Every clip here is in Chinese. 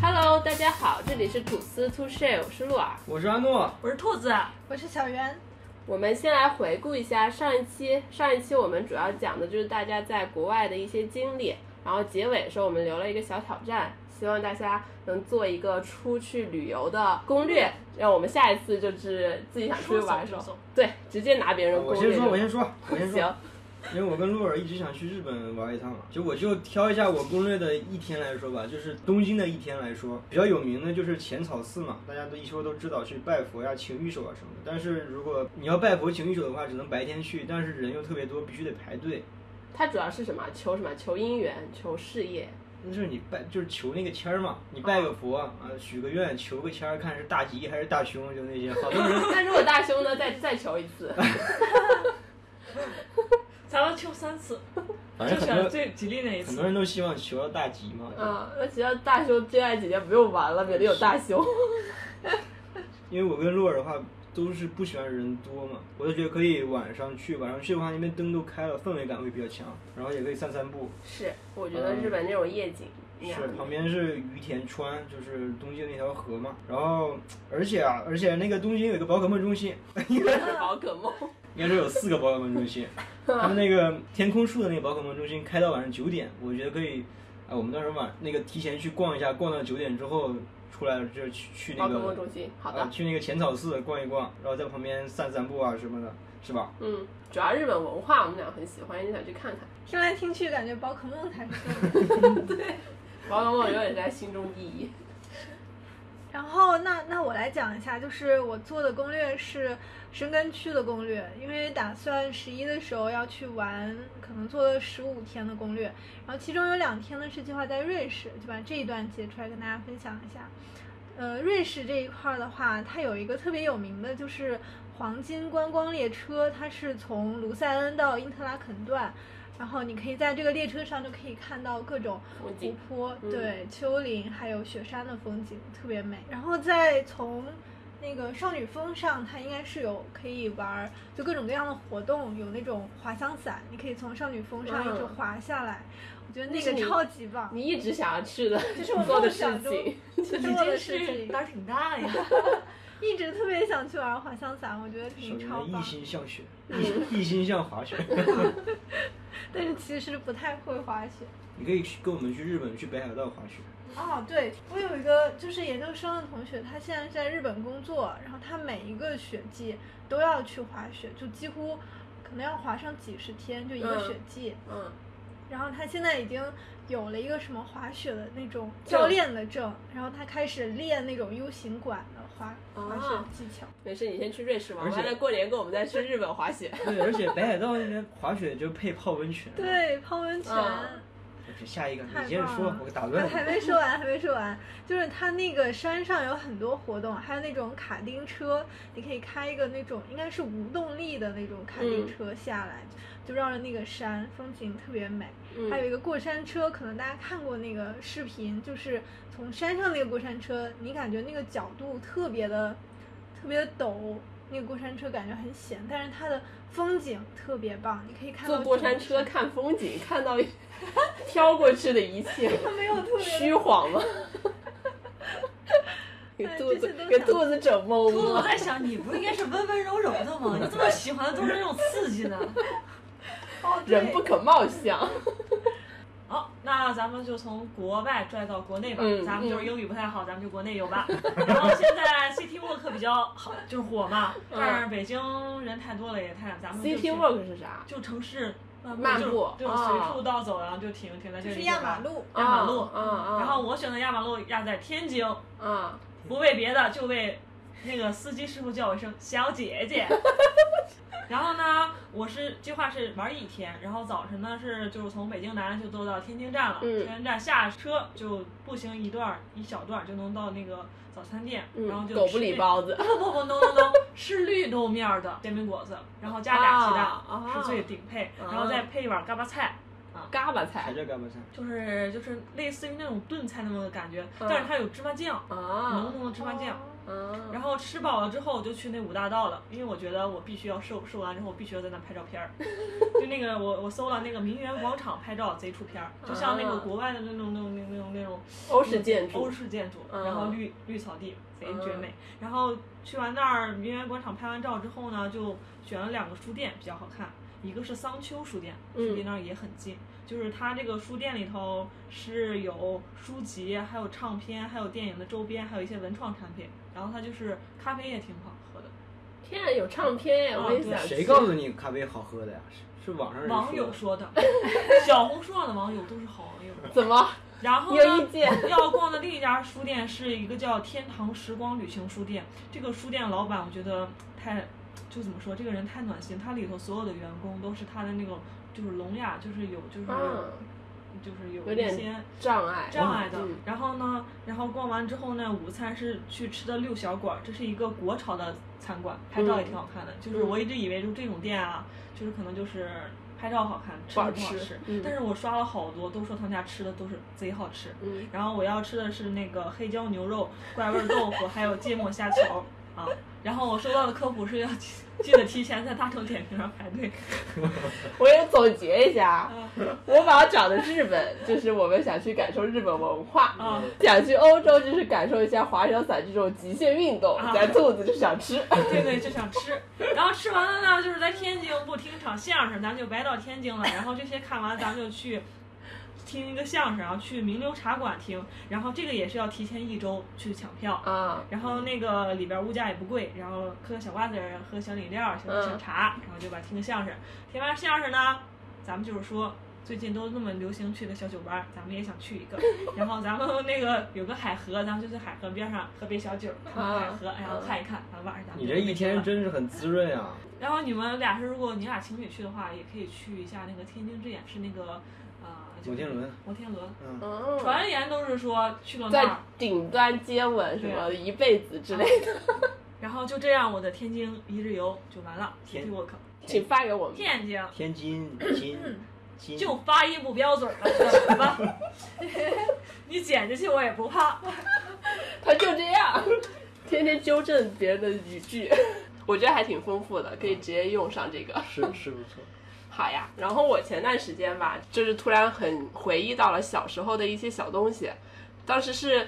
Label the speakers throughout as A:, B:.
A: Hello，大家好，这里是吐司 To Share，我是露尔。
B: 我是阿诺，
C: 我是兔子，
D: 我是小袁，
A: 我们先来回顾一下上一期，上一期我们主要讲的就是大家在国外的一些经历，然后结尾的时候我们留了一个小挑战，希望大家能做一个出去旅游的攻略，让我们下一次就是自己想出去玩的时
C: 出
A: 候
C: 走，
A: 对，直接拿别人的
B: 我
A: 攻
B: 先
A: 略
B: 说，我
A: 就。
B: 先说，我先说，
A: 行，
B: 因为我跟露尔一直想去日本玩一趟嘛，就我就挑一下我攻略的一天来说吧，就是东京的一天来说，比较有名的就是浅草寺嘛，大家都一说都知道去拜佛呀、请御手啊什么的。但是如果你要拜佛请御手的话，只能白天去，但是人又特别多，必须得排队。
A: 它主要是什么？求什么？求姻缘，求事业。
B: 就是你拜，就是求那个签儿嘛，你拜个佛啊，许个愿，求个签儿，看是大吉还是大凶，就那些。好 多人
A: 那如果大胸呢？再再求一 次。
C: 咱们求三次，
B: 反
C: 就
B: 正很
C: 选
B: 多
C: 最吉利那一
B: 很
C: 次
B: 多。人都希望求到大吉嘛。
A: 嗯，那只要大胸最爱姐姐不用玩了，免得有大胸。
B: 因为我跟洛尔的话都是不喜欢人多嘛，我就觉得可以晚上去，晚上去的话那边灯都开了，氛围感会比较强，然后也可以散散步。
A: 是，我觉得日本那种夜景，你
B: 嗯是，
A: 看
B: 旁边是于田川，就是东京那条河嘛。然后，而且啊，而且那个东京有一个宝可梦中心，
A: 宝可梦。
B: 应该是有四个宝可梦 中心。他们那个天空树的那个宝可梦中心开到晚上九点，我觉得可以。啊，我们到时候晚那个提前去逛一下，逛到九点之后出来了，就去去那
A: 宝
B: 个
A: 可 梦中心，好的
B: 啊，去那个浅草寺逛一逛，然后在旁边散散步啊什么的，是吧？
A: 嗯，主要日本文化我们俩很喜欢，也想去看看。
D: 听来听去感觉宝可梦才是重点。
A: 宝可梦永远在心中第一。
D: 然后那那我来讲一下，就是我做的攻略是深根区的攻略，因为打算十一的时候要去玩，可能做了十五天的攻略，然后其中有两天呢是计划在瑞士，就把这一段截出来跟大家分享一下。呃，瑞士这一块儿的话，它有一个特别有名的，就是黄金观光列车，它是从卢塞恩到因特拉肯段，然后你可以在这个列车上就可以看到各种
A: 风
D: 湖
A: 景
D: 泊，
A: 嗯
D: 对，丘陵还有雪山的风景特别美。然后再从那个少女峰上，它应该是有可以玩儿，就各种各样的活动，有那种滑翔伞，你可以从少女峰上一直
A: 嗯
D: 滑下来，我觉得那
A: 是
D: 个
A: 你
D: 超级棒。
A: 你一直想要去的，这
D: 是我
A: 做的
D: 梦
A: 事
D: 想中
A: 情。
C: 你
D: 做
C: 这
D: 的
C: 个
D: 事
C: 是
D: 情，
C: 胆儿挺大呀！
D: 一直特别想去玩滑翔伞，我觉得
B: 小
D: 挺超
B: 人一
D: 棒。
B: 心向 雪，一一心向 滑雪。
D: 但是其实不太会滑雪。
B: 你可以去跟我们去日本去北海道滑雪。
D: 哦，对，我有一个就是研究生的同学，他现在在日本工作，然后他每一个雪季都要去滑雪，就几乎可能要滑上几十天，就一个
A: 嗯
D: 雪季。
A: 嗯，
D: 然后他现在已经有了一个什么滑雪的那种教练的证，然后他开始练那种 U 型管的滑滑雪
A: 哦
D: 技巧。
A: 没事，你先去瑞士玩，
B: 而且
A: 完了过年跟我们再去日本滑 雪。
B: 对，而且北海道那边滑雪就配泡温泉。，啊
D: 对，泡温泉。
A: 嗯
B: 下一个你
D: 太
B: 接着
D: 棒
B: 说
D: 了，
B: 我打断
D: 还
B: 你。
D: 没说完，还没说完，就是它那个山上有很多活动，还有那种卡丁车，你可以开一个那种应该是无动力的那种卡
A: 嗯
D: 丁车下来，就绕着那个山，风景特别美。还有一
A: 嗯，
D: 个过山车，可能大家看过那个视频，就是从山上那个过山车，你感觉那个角度特别的特别的陡。那个过山车感觉很险，但是它的风景特别棒，你可以看到
A: 坐过山车
D: 整个
A: 看风景，看到 飘过去的一切，
D: 它没有特别
A: 虚晃 吗？给
D: 哎
A: 肚
D: 这
A: 子
D: 些都
A: 给
D: 想
A: 肚子整 懵
C: 不过我
A: 了。
C: 在想，你不应该是温温柔柔的吗？你这么喜欢的都是那种刺激呢。
D: 哦对
A: 人不可貌 相。
C: 好，那咱们就从国外拽到国内吧。
A: 嗯
C: 咱们就是英语不太好，咱们就国内游吧。然后现在 City Walk 比较好，就是火嘛。但是北京人太多了，也太咱们就
A: CT
C: 去
A: walk 是啥？
C: 就城市
A: 漫
C: 漫
A: 步
C: 就就
A: 啊
C: 随处到走，然后就停停在这
D: 就
C: 里。
D: 是压马。路。
C: 压马路
A: 啊啊！
C: 然后我选的压马路压在天津，
A: 啊，
C: 不为别的，就为那个司机师傅叫我一声小姐 姐。然后呢，我是计划是玩一天，然后早晨呢是就是从北京南就都到天津站了，
A: 嗯
C: 天津站下车就步行一段儿一小段儿就能到那个早餐店，然后
A: 嗯，
C: 就
A: 狗不
C: 吃
A: 理
C: 那
A: 包子。
C: 不不不，no no no，是绿豆面儿的煎饼果子，然后加俩鸡
A: 啊啊
C: 蛋是最顶配，然后再配一碗嘎巴菜，
A: 嘎巴
B: 还
A: 菜
B: 在干嘛去？
C: 就是就是类似于那种炖菜那么个感觉，
A: 嗯
C: 但是它有芝麻酱，
A: 啊
D: 哦
C: 浓浓的芝麻酱。
A: 啊嗯，
C: 嗯然后吃饱了之后，我就去那五大道了，因为我觉得我必须要瘦，瘦完之后我必须要在那拍照 片儿。就那个我我搜了那个名媛广场拍照贼出片儿，就像那个
A: 啊
C: 国外的那种那种那种那种那种
A: 欧式建筑
C: 欧式建筑，
A: 嗯
C: 然后绿绿草地贼绝
A: 嗯
C: 美。然后去完那儿名媛广场拍完照之后呢，就选了两个书店比较好看，一个是桑丘书店，
A: 嗯
C: 距离那儿也很近。就是它这个书店里头是有书籍，还有唱片，还有电影的周边，还有一些文创产品。然后它就是咖啡也挺好喝的，
A: 天啊，有唱片哎，
C: 啊
A: 我也
C: 对
A: 想去。
B: 谁告诉你咖啡好喝的呀？是是网上人的
C: 网友说的，小红书上的网友都是好网友。
A: 怎么？
C: 然后
A: 有
C: 呢
A: 意见，
C: 要逛的另一家书店是一个叫天堂时光旅行书店。这个书店老板我觉得太，就怎么说，这个人太暖心。他里头所有的员工都是他的那种，就是聋哑，就是有就是、
A: 嗯，
C: 就是
A: 有
C: 有一
A: 点
C: 些
A: 障碍，
C: 障碍的
A: 嗯。
C: 然后呢，然后逛完之后呢，午餐是去吃的六小馆儿，这是一个国潮的餐馆，拍
A: 嗯
C: 照也挺好看的。就是我一直以为就这种店啊，就是可能就是拍照好看，吃
A: 不好
C: 的不好
A: 吃
C: 吃。
A: 嗯
C: 但是我刷了好多，都说他们家吃的都是贼好吃。
A: 嗯
C: 然后我要吃的是那个黑椒牛肉、怪味儿豆腐，还有芥末虾球啊。然后我收到的科普是要记记得提前在大众点评上排队。
A: 我也总结一下啊，
C: 啊
A: 我把我找的日本，就是我们想去感受日本文化。
C: 啊！
A: 想去欧洲，就是感受一下滑翔伞这种极限运动
C: 啊。
A: 咱兔子就想 吃，
C: 对对，就想吃。然后吃完了呢，就是在天津不听场相声，咱就白到天津了。然后这些看完，咱们就去听一个相声，然后去名流茶馆听。然后这个也是要提前一周去抢票。
A: 啊，
C: 然后那个里边物价也不贵，然后嗑个小瓜子儿，喝小饮料，小小茶，然后就把听个相声。听完相声呢，咱们就是说。最近都那么流行去的小酒吧，咱们也想去一个。然后咱们那个有个海河，咱们就去海河边上喝杯小酒，看看海河，然后看一看。然后晚上咱们
B: 你
C: 就
B: 这一
C: 回
B: 天
C: 去了
B: 真是很滋润啊！
C: 然后你们俩是，如果你俩情侣去的话，也可以去一下那个天津之眼，是那个呃
B: 摩天轮。
C: 摩天轮，
B: 嗯，
A: 嗯，
C: 传言都是说去了那
A: 在
C: 儿，
A: 顶端接吻什么
C: 啊
A: 一辈子之类的，
C: 然后就这样，我的天津一日游就完了。
B: 天
C: 我靠，
A: 请发给我们。
C: 天津
B: 天津津 津
C: 就啊发音不标准了，怎么办？ 你剪进去我也不怕。
A: 他 就这样，天天纠正别人的语句，我觉得还挺丰富的，可以直接用上这个。
B: 是是不错。
A: 好呀，然后我前段时间吧，就是突然很回忆到了小时候的一些小东西，当时是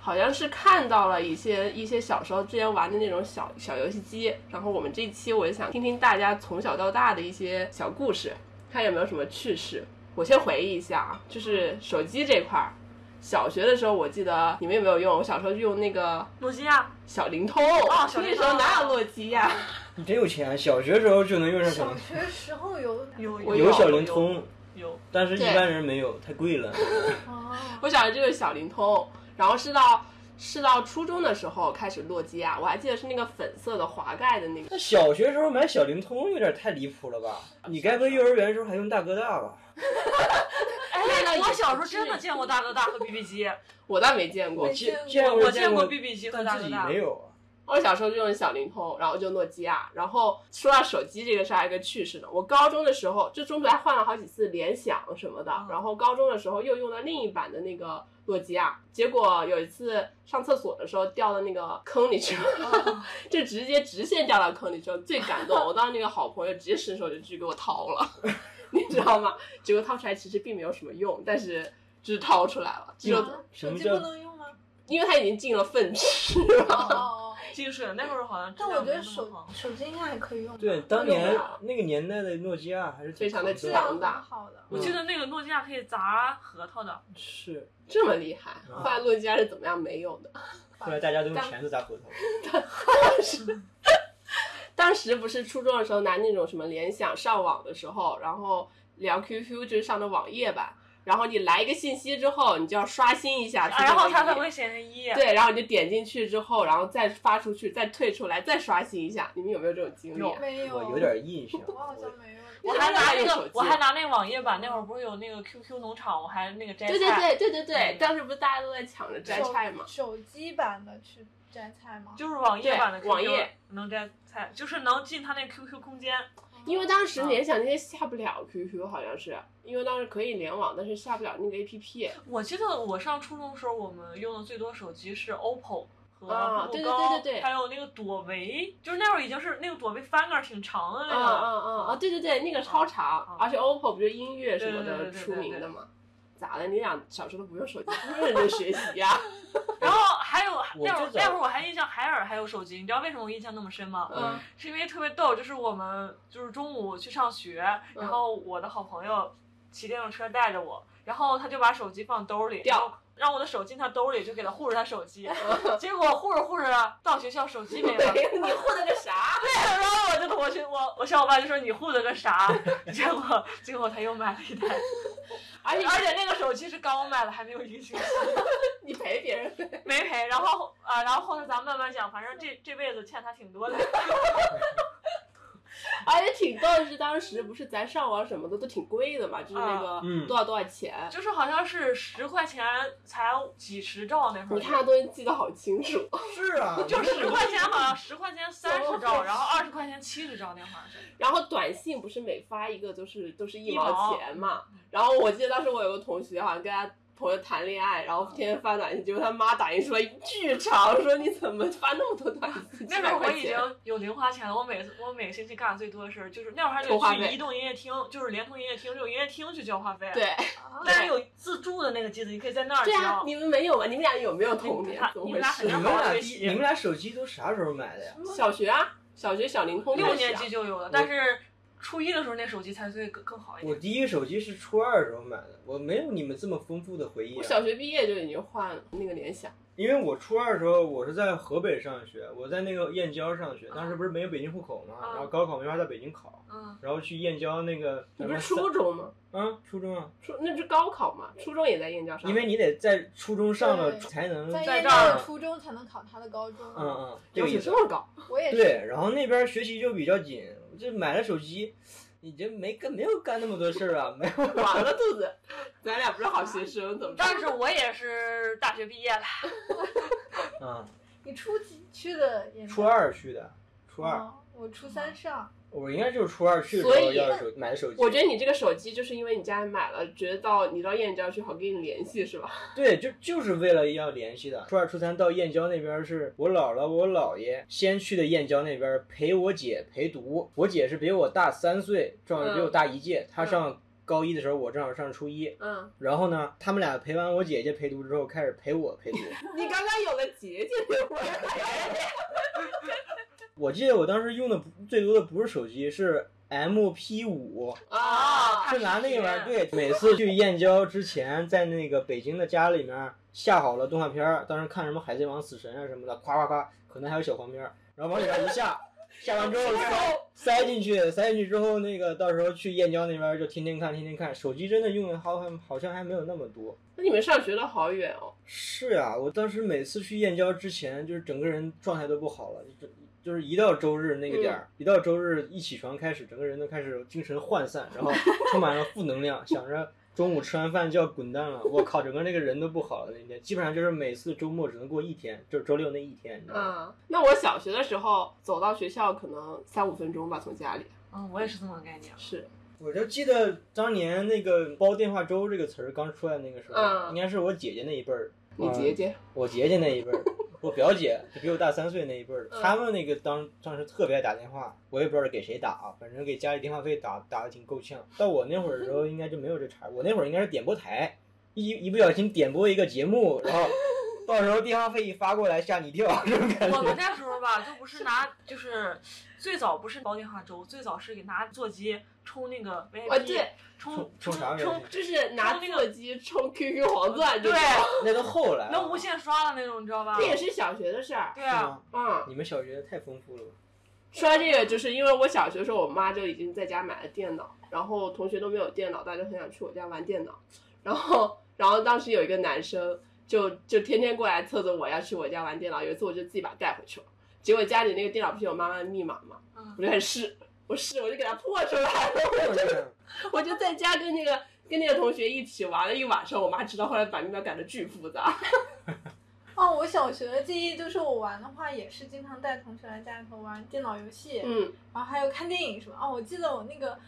A: 好像是看到了一些一些小时候之前玩的那种小小游戏机，然后我们这一期我就想听听大家从小到大的一些小故事，看有没有什么趣事。我先回忆一下啊，就是手机这块儿，小学的时候我记得你们有没有用？我小时候就用那个
C: 诺基亚
A: 小灵通，
C: 哦小灵
A: 那
C: 通
A: 时候哪有诺基亚？
B: 你真有钱，啊小学时候就能用上小
D: 小
B: 灵
D: 学时候有
C: 有
A: 我
B: 有小
A: 有
B: 灵通，
C: 有
B: 但是一般人没有，太贵了。
D: 哦，
A: 我小时候就是小灵通，然后是到是到初中的时候开始诺基亚，我还记得是那个粉色的滑盖的那个。
B: 那小学时候买小灵通有点太离谱了吧？
C: 啊
B: 你该不会幼儿园时候还用大哥大吧？
A: 哎，那
C: 我小时候真的见过大哥大和 BB 机，
A: 我倒没见过
B: 我，
D: 见
B: 见
D: 过
B: 过
C: 我见
B: 过
C: 过 BB 机和
B: 但
C: 大
B: 自
C: 哥
B: 己
C: 大
B: 没。有啊。
A: 我小时候就用小灵通，然后就诺基亚。然后说到手机这个事儿，还有一个趣事呢。我高中的时候，就中途还换了好几次联想什么的
C: 嗯，
A: 然后高中的时候又用了另一版的那个诺基亚，结果有一次上厕所的时候掉到那个坑里去了。
C: 啊
A: 就直接直线掉到坑里之后，最感动。我当时那个好朋友直接伸手就去给我掏了，你知道吗？结果掏出来其实并没有什么用，但是就是掏出来了，这种
D: 啊
B: 什
D: 手
B: 么
D: 机
B: 叫
D: 不能用吗？
A: 因为它已经进了粪池
D: 哦
A: 了。
D: 哦，哦
C: 技术那会儿好像质
D: 但
C: 量
D: 我觉
C: 没那
D: 得
C: 么
D: 手
C: 好。
B: 嗯
D: 手机应该还可以用吧，
B: 对，当
A: 用
B: 年
A: 不了
B: 那个年代的诺基亚还是挺
A: 非常的
B: 好
D: 质
A: 强
D: 量
A: 的
D: 很好的。
C: 我记得那个诺基亚可以砸核桃
B: 啊
C: 的，
B: 是，
A: 这么厉害，
B: 嗯
A: 后来诺基亚是怎么样没用的？
B: 后来大家都用钳子砸核桃。
A: 当时不是初中的时候拿那种什么联想上网的时候，然后聊 QQ 就是上的网页版，然后你来一个信息之后，你就要刷新一下，
C: 啊然后它
A: 才
C: 才会显示一。
A: 对，然后你就点进去之后，然后再发出去，再退出来，再刷新一下。你们有没有这种经历啊？
D: 没有，
B: 我有，点印象，
D: 哎我好
B: 我
D: 像没有。
C: 我还拿那
A: 用手
C: 个
A: 机，
C: 我还拿那个网页版，那会儿不是有那个 QQ 农场，我还那个摘菜。
A: 对对对对对对
C: 嗯，
A: 当时不是大家都在抢着摘菜吗？
D: 手手机版的去摘菜吗？
C: 就是网页版的
A: 对网页
C: QQ 能摘菜，就是能进它那 QQ 空间。
A: 因
D: 哦
A: 为当时
C: 嗯
A: 联想那些下不了 QQ，好像是因为当时可以联网，但是下不了那个 APP。
C: 我记得我上初中的时候，我们用的最多手机是 OPPO 和
A: 啊
C: 步
A: 对对
C: 高
A: 对对对
C: 还有那个朵唯，就是那会儿已经是那个朵唯翻盖儿挺长的
A: 嗯
C: 那
A: 嗯
C: 个，
A: 嗯啊，对对对，那个超长，
C: 啊
A: 而且 OPPO 不是音乐什么
C: 对对对
A: 的
C: 对对
A: 出名
C: 对
A: 的嘛？咋了？你俩小时候都不用手机，不认真学习呀？
C: 然后还有
E: 我
C: 那会儿
E: 最早
C: 那会儿我还印象海尔还有手机，你知道为什么我印象那么深吗？
A: 嗯
C: 是因为特别逗，就是我们就是中午去上学，
A: 嗯
C: 然后我的好朋友骑电动车带着我，然后他就把手机放兜里，
A: 掉嗯
C: 然后让我的手进他兜里，就给他护着他手机， 结果护着护着到学校手机 没了。
A: 你混的个啥？
C: 然后我就我去我我小伙伴就说你护的个啥？ 结果结果他又买了一台，
A: 而且
C: 而且那个手机是刚买的，还没有一个星期，
A: 你陪别人呗。
C: 没赔。然后啊、然后后头咱慢慢讲，反正这这辈子欠他挺多的。
A: 而且挺逗的是，当时不是咱上网什么的都挺贵的嘛，就是那
C: 啊
A: 个
B: 嗯
A: 多少多少钱。
C: 就是好像是十块钱才几十兆那会儿，
A: 你看的东西记得好清楚，
B: 是啊，
C: 就十块钱好 像十块钱三十
A: 怎么
C: 兆，
A: 回
C: 然后二十块钱七十兆那会儿是。
A: 然后短信不是每发一个就是都是一
C: 一毛
A: 毛钱嘛。然后我记得当时我有个同学好像跟他朋友谈恋爱，然后天天发短信，结果他妈打印出来巨长，说你怎么发那么多短信？
C: 那会儿
A: 700
C: 我
A: 块
C: 已
A: 钱
C: 经有零花钱了，我每次我每个星期干的最多的事儿就是那会儿还
A: 充话
C: 得
A: 费
C: 去移动音乐厅，就是联通音乐厅，有音乐厅去交话费。，
A: 对
D: 啊
C: 但是有自助的那个机子，你可以在那儿
A: 对啊，
C: 交。
A: 你们没有吗？你们俩有没有童年
C: 他？
A: 怎么
C: 你
A: 回
C: 们俩
B: 你
A: 事
C: 很？
B: 们
C: 好好
B: 俩
C: 学
B: 第
C: 习
B: 你们俩手机都啥时候买的呀？
A: 小学啊，小学小灵通
C: 六
A: 开始啊
C: 年级就有了，但是初一的时候那手机才会更更好一
B: 我
C: 点。
B: 第一个手机是初二的时候买的，我没有你们这么丰富的回忆、
A: 我
B: 啊。
A: 小学毕业就已经换那个联想，
B: 因为我初二的时候，我是在河北上学，我在那个燕郊上
A: 啊
B: 学，当时不是没有北京户口嘛，
C: 啊
B: 然后高考没法在北京考，
C: 嗯，
B: 然后去燕郊那个
A: 你不是初中吗？
B: 啊初中啊，
A: 初那是高考嘛，初中也在燕郊上，
B: 因为你得在初中上了
D: 对
B: 才能
D: 在
C: 在
D: 燕
C: 这
D: 郊
C: 儿
D: 的初中才能考他的高中。
B: 嗯嗯，这
A: 要
B: 个意
A: 求
B: 思
A: 这。么高，
D: 我也是，
B: 对，然后那边学习就比较紧，就买了手机，你这没干没有干那么多事儿啊，没有。
A: 完了肚子，咱俩不是好学生，怎么办？
C: 但是我也是大学毕业了，
B: 啊，
D: 你初几去的燕郊？
B: 初二去的，初二，
D: 哦我初三上，
B: 我应该就是初二去的时候
A: 所以
B: 要的手买的手机。
A: 我觉得你这个手机就是因为你家里买了，觉得到你到燕郊去好跟你联系是吧？
B: 对，就就是为了要联系的。初二、初三到燕郊那边是我姥姥、我姥爷先去的燕郊那边陪我姐陪读。我姐是比我大三岁，正好比我大一届，她上高一的时候，我正好上初一。
A: 嗯，
B: 然后呢，他们俩陪完我姐姐陪读之后，开始陪我陪读。
A: 你刚刚有了姐姐那会儿，
B: 我记得我当时用的不最多的不是手机，是 MP 五。
A: 啊，
B: 是拿那个玩意儿，对，每次去燕郊之前，在那个北京的家里面下好了动画片儿，当时看什么《海贼王》《死神》啊什么的，夸夸夸，可能还有小黄片儿，然后往里边一下，下完之后塞塞进去，塞进去之后，那个到时候去燕郊那边就天天看，天天看，手机真的用的好像好像还没有那么多。
A: 那你们上学的好远哦，
B: 是啊，我当时每次去燕郊之前，就是整个人状态都不好了，就就是一到周日那个点
A: 嗯
B: 儿，一到周日一起床开始，整个人都开始精神涣散， 然后充满了负能量，想着中午吃完饭就要滚蛋了。我靠，整个那个人都不好了那天，基本上就是每次周末只能过一天，就是周六那一天，你知道吗？
A: 嗯，那我小学的时候走到学校可能三五分钟吧，从家里
C: 嗯，我也是这么个概念。
A: 是，
B: 我就记得当年那个“煲电话粥”这个词儿刚出来那个时候，
A: 嗯
B: 应该是我姐姐那一辈儿，呃
A: 你姐姐
B: 我姐姐那一辈儿，我表姐就比我大三岁那一辈儿，
A: 嗯
B: 他们那个当当时特别爱打电话，我也不知道给谁打啊，反正给家里电话费打打的挺够呛。到我那会儿的时候，应该就没有这茬儿，我那会儿应该是点播台，一一不小心点播一个节目，然后到时候电话费一发过来吓你一跳，这种感
C: 我们
B: 觉。
C: 那时候吧，就不是拿，就是最早不是煲电话粥，最早是给拿座机充那个 VIP，、
A: 啊对，
C: 充
B: 充啥
C: 充
B: VIP
C: 充，
A: 就是拿座机充 QQ 黄钻，
C: 对，
B: 那都后来了
C: 能无限刷的那种，你知道吧
A: 这？也是小学的事儿，
C: 对
B: 是
C: 啊，
A: 嗯。
B: 吗？你们小学太丰富了吧。
A: 说到这个，就是因为我小学的时候，我妈就已经在家买了电脑，然后同学都没有电脑，大家就很想去我家玩电脑。然后，然后当时有一个男生就就天天过来测着我要去我家玩电脑。有一次我就自己把它带回去了，结果家里那个电脑不是有妈妈的密码吗？
C: 嗯
A: 我就开始试，我试我就给它破出来了， 我就在家跟那个跟那个同学一起玩了一晚上。我妈知道，后来把密码改的巨复杂。
D: 哦，我小学的记忆就是我玩的话，也是经常带同学来家里头玩电脑游戏，
A: 嗯，
D: 然啊后还有看电影什么。哦，我记得我那个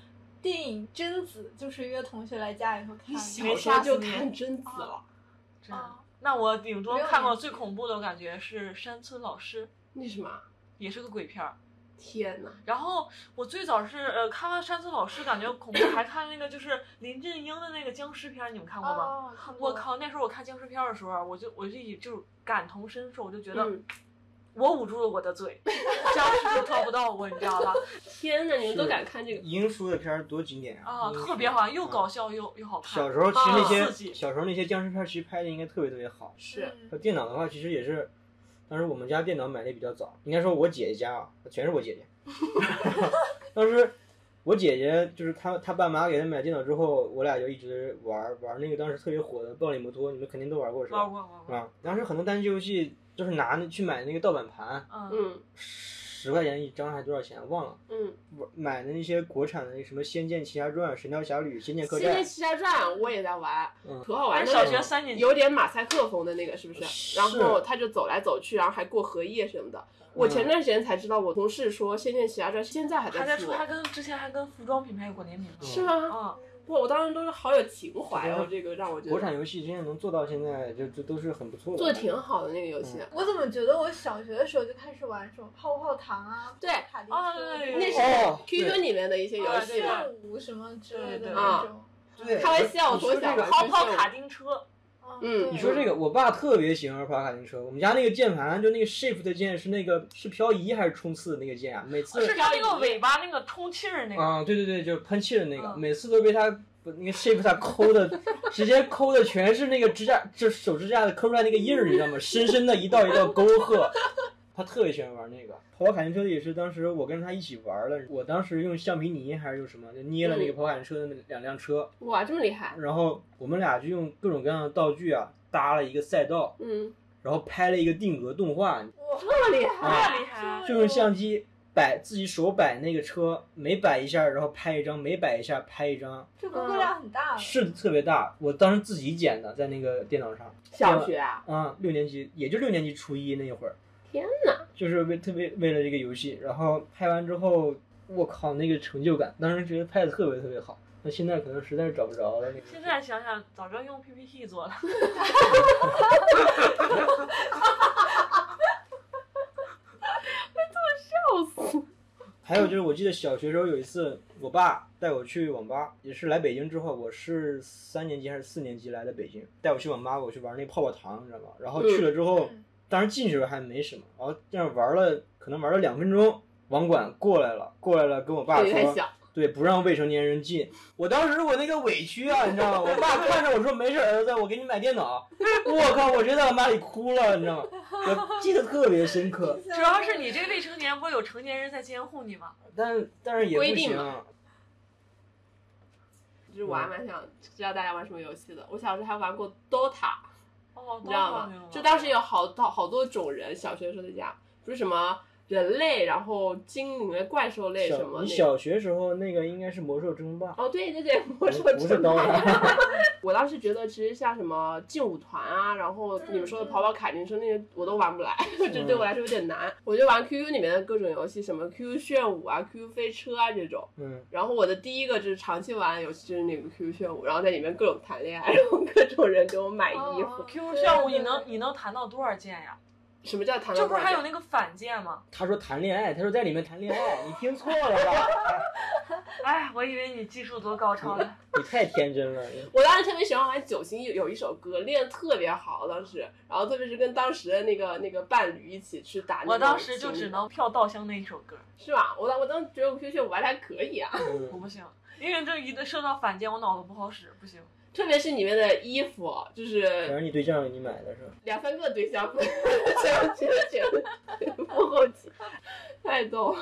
D: 电影《哎贞子》就是约同学来家里头看的。
A: 小时候就看贞子了。
C: 真的
D: 啊，
C: 那我顶多
D: 没有
C: 看过
D: 人
C: 最恐怖的，我感觉是山村老师，
A: 那什么？啊
C: 也是个鬼片儿。
A: 天哪！
C: 然后我最早是呃看完山村老师，感觉恐怖，还看那个就是林正英的那个僵尸片儿，你们看过吗？
D: 哦，看过
C: 我，靠！那时候我看僵尸片儿的时候，啊我就我就以就是感同身受，我就觉得
A: 嗯
C: 我捂住了我的嘴，僵尸都抓不到我，你知道吧？
A: 天哪！你们都
B: 是
A: 敢看这个？
B: 英叔的片儿多经典
C: 啊，
B: 英叔
C: 特别好，又搞笑又又好
B: 嗯
C: 看。
B: 小时候其实那些、
C: 啊刺激
B: 小时候那些僵尸片儿其实拍的应该特别特别好。
A: 是
D: 嗯
B: 那电脑的话，其实也是，当时我们家电脑买的比较早，应该说我姐姐家啊，全是 我姐姐。当时我姐姐就是她，她爸妈给她买电脑之后，我俩就一直玩儿玩儿那个当时特别火的《暴力摩托》，你们肯定都玩过是
C: 玩
A: 哦
B: 吧？
C: 过玩过，
B: 啊，当时很多单机游戏就是拿那去买那个盗版盘，
C: 嗯，
A: 嗯
B: 十块钱一张还多少钱忘了，
A: 嗯，
B: 玩买的那些国产的那什么《仙剑奇侠传》《神雕侠侣》《仙剑
A: 《
B: 客
A: 仙
B: 栈
A: 剑》，奇侠传》我也在玩，
B: 嗯
A: 可好玩
C: 但
A: 了。
C: 是小学三年级
A: 有点马赛克风的那个是不是？
B: 是嗯
A: 然后他就走来走去，然后还过荷叶什么的。我前段时间才知道，我同事说《仙剑奇侠传》现在还
C: 还在
A: 出哎
C: 出，，还跟之前还跟服装品牌有过联名
B: 嗯
C: 呢。
A: 是吗？
C: 啊，
A: 哇，我当时都是好有情怀
B: 我觉
A: 哦，
B: 得
A: 这个让我觉
B: 国
A: 得
B: 产游戏真的能做到现在，就就都是很不错的。
A: 做的挺好的那个游戏。
B: 嗯
D: 我怎么觉得我小学的时候就开始玩什么泡泡糖啊，
A: 对
D: 卡丁
C: 啊
D: 车
C: 对
A: 那
D: 那
A: 是
D: 是
B: 哦对
A: QQ 里面的一些游
C: 啊
A: 戏
C: 对吧
A: 嘛，
D: 炫舞什么之类
C: 对
D: 的
C: 对
D: 那种。
B: 对，
A: 开玩笑，我从
B: 你说
A: 小
B: 这个哦
A: 玩
C: 泡泡
A: 这个
C: 卡丁车，
D: 嗯
A: 嗯
D: 对
B: 你说这个，我爸特别喜欢玩跑卡丁车。我们家那个键盘，就那个 shift 键是那个是漂移还是冲刺的那个键啊？每次
C: 哦是它那个尾巴那个充气儿那个。
B: 啊、对对对，就是喷气的那个，
C: 嗯
B: 每次都被他不那个 shift 他抠的， 直接抠的全是那个指甲，就手指甲的抠出来那个印儿，你知道吗？深深的一道一道沟壑。他特别喜欢玩那个跑卡丁车，也是当时我跟他一起玩了。我当时用橡皮泥还是用什么，就捏了那
C: 嗯
B: 个跑卡丁车的那两辆车，
A: 哇，这么厉害，
B: 然后我们俩就用各种各样的道具啊搭了一个赛道。
A: 嗯，
B: 然后拍了一个定格动
A: 哎
B: 画，
D: 哇，
C: 嗯
A: 这么厉
C: 太
A: 害，
B: 啊
A: 啊
C: 厉害了！
B: 就用相机摆自己手摆那个车，每摆一下，然后拍一张，每摆一下拍一张，
D: 这工作量很
A: 啊
C: 嗯
D: 大了。
B: 是的特别大。我当时自己剪的，在那个电脑上，
A: 小学啊，
B: 啊、六年级也就六年级初一那会儿，
A: 天哪，
B: 就是为特别为了这个游戏，然后拍完之后，我靠，那个成就感，当时觉得拍的特别特别好。那现在可能实在是找不着了，那个
C: 现在想想，早知道用 PPT 做了。
A: 笑死，
B: 还有就是，我记得小学时候有一次，我爸带我去网吧，也是来北京之后，我是三年级还是四年级来的北京，带我去网吧，我去玩那泡泡糖，你知道吗？然后去了之后，
D: 嗯
B: 当时进去的时候还没什么，然后这样玩了，可能玩了两分钟，网管过来了，过来了，跟我爸
A: 这个太
B: 说，
A: 小，
B: 对，不让未成年人进。我当时我那个委屈啊，你知道吗？我爸看着我说没事，儿子，我给你买电脑。我靠，我真的妈里哭了，你知道吗？我记得特别深刻。
C: 主要是你这个未成年，不是有成年人在监护你吗？
B: 但但是也
A: 规
B: 不
A: 定
B: 行
A: 嘛
B: 啊，
A: 就是我还蛮想知道大家玩什么游戏的。我小时候还玩过 DOTA，
C: 哦，
A: 你知道吗？就当时有好多好多种人，小学的时候在家，不是什么人类，然后精灵类、怪兽类什
B: 小
A: 么那个。
B: 你小学时候那个应该是魔兽 争霸，
A: 哦，对对对，魔兽
B: 不是
A: 争
B: 刀
A: 霸。
B: 塔。
A: 我当时觉得，其实像什么劲舞团啊，然后你们说的跑跑卡丁车那些，我都玩不来，这对我来说有点难。我就玩 QQ 里面的各种游戏，什么 QQ 炫舞啊、QQ 飞车啊这种。
B: 嗯，
A: 然后我的第一个就是长期玩的游戏就是那个 QQ 炫舞，然后在里面各种谈恋爱，然 后各种人给我买
D: 嗯
A: 衣服。
C: 啊 Q 项目，你能你能弹到多少键呀？
A: 什么叫谈恋
C: 这
A: 爱？
C: 不是还有那个反键吗？
B: 他说谈恋爱，他说在里面谈恋爱，你听错了吧？
C: 哎，我以为你技术多高超呢。
B: 你太天真了。
A: 我当时特别喜欢玩九星，有有一首歌练得特别好，当时，然后特别是跟当时的那个那个伴侣一起去打那个
C: 我当时就
A: 九星
C: 只能跳稻香那一首歌，
A: 是吧？我当我当时觉得我 QQ 舞玩的还可以啊，
C: 我
B: 嗯
C: 不行，因为这一旦受到反键，我脑子不好使，不行。
A: 特别是里面的衣服，就
B: 反
A: 是
B: 正你对象给你买的是吧？
A: 两三个对象， 全全全幕后级，太逗了。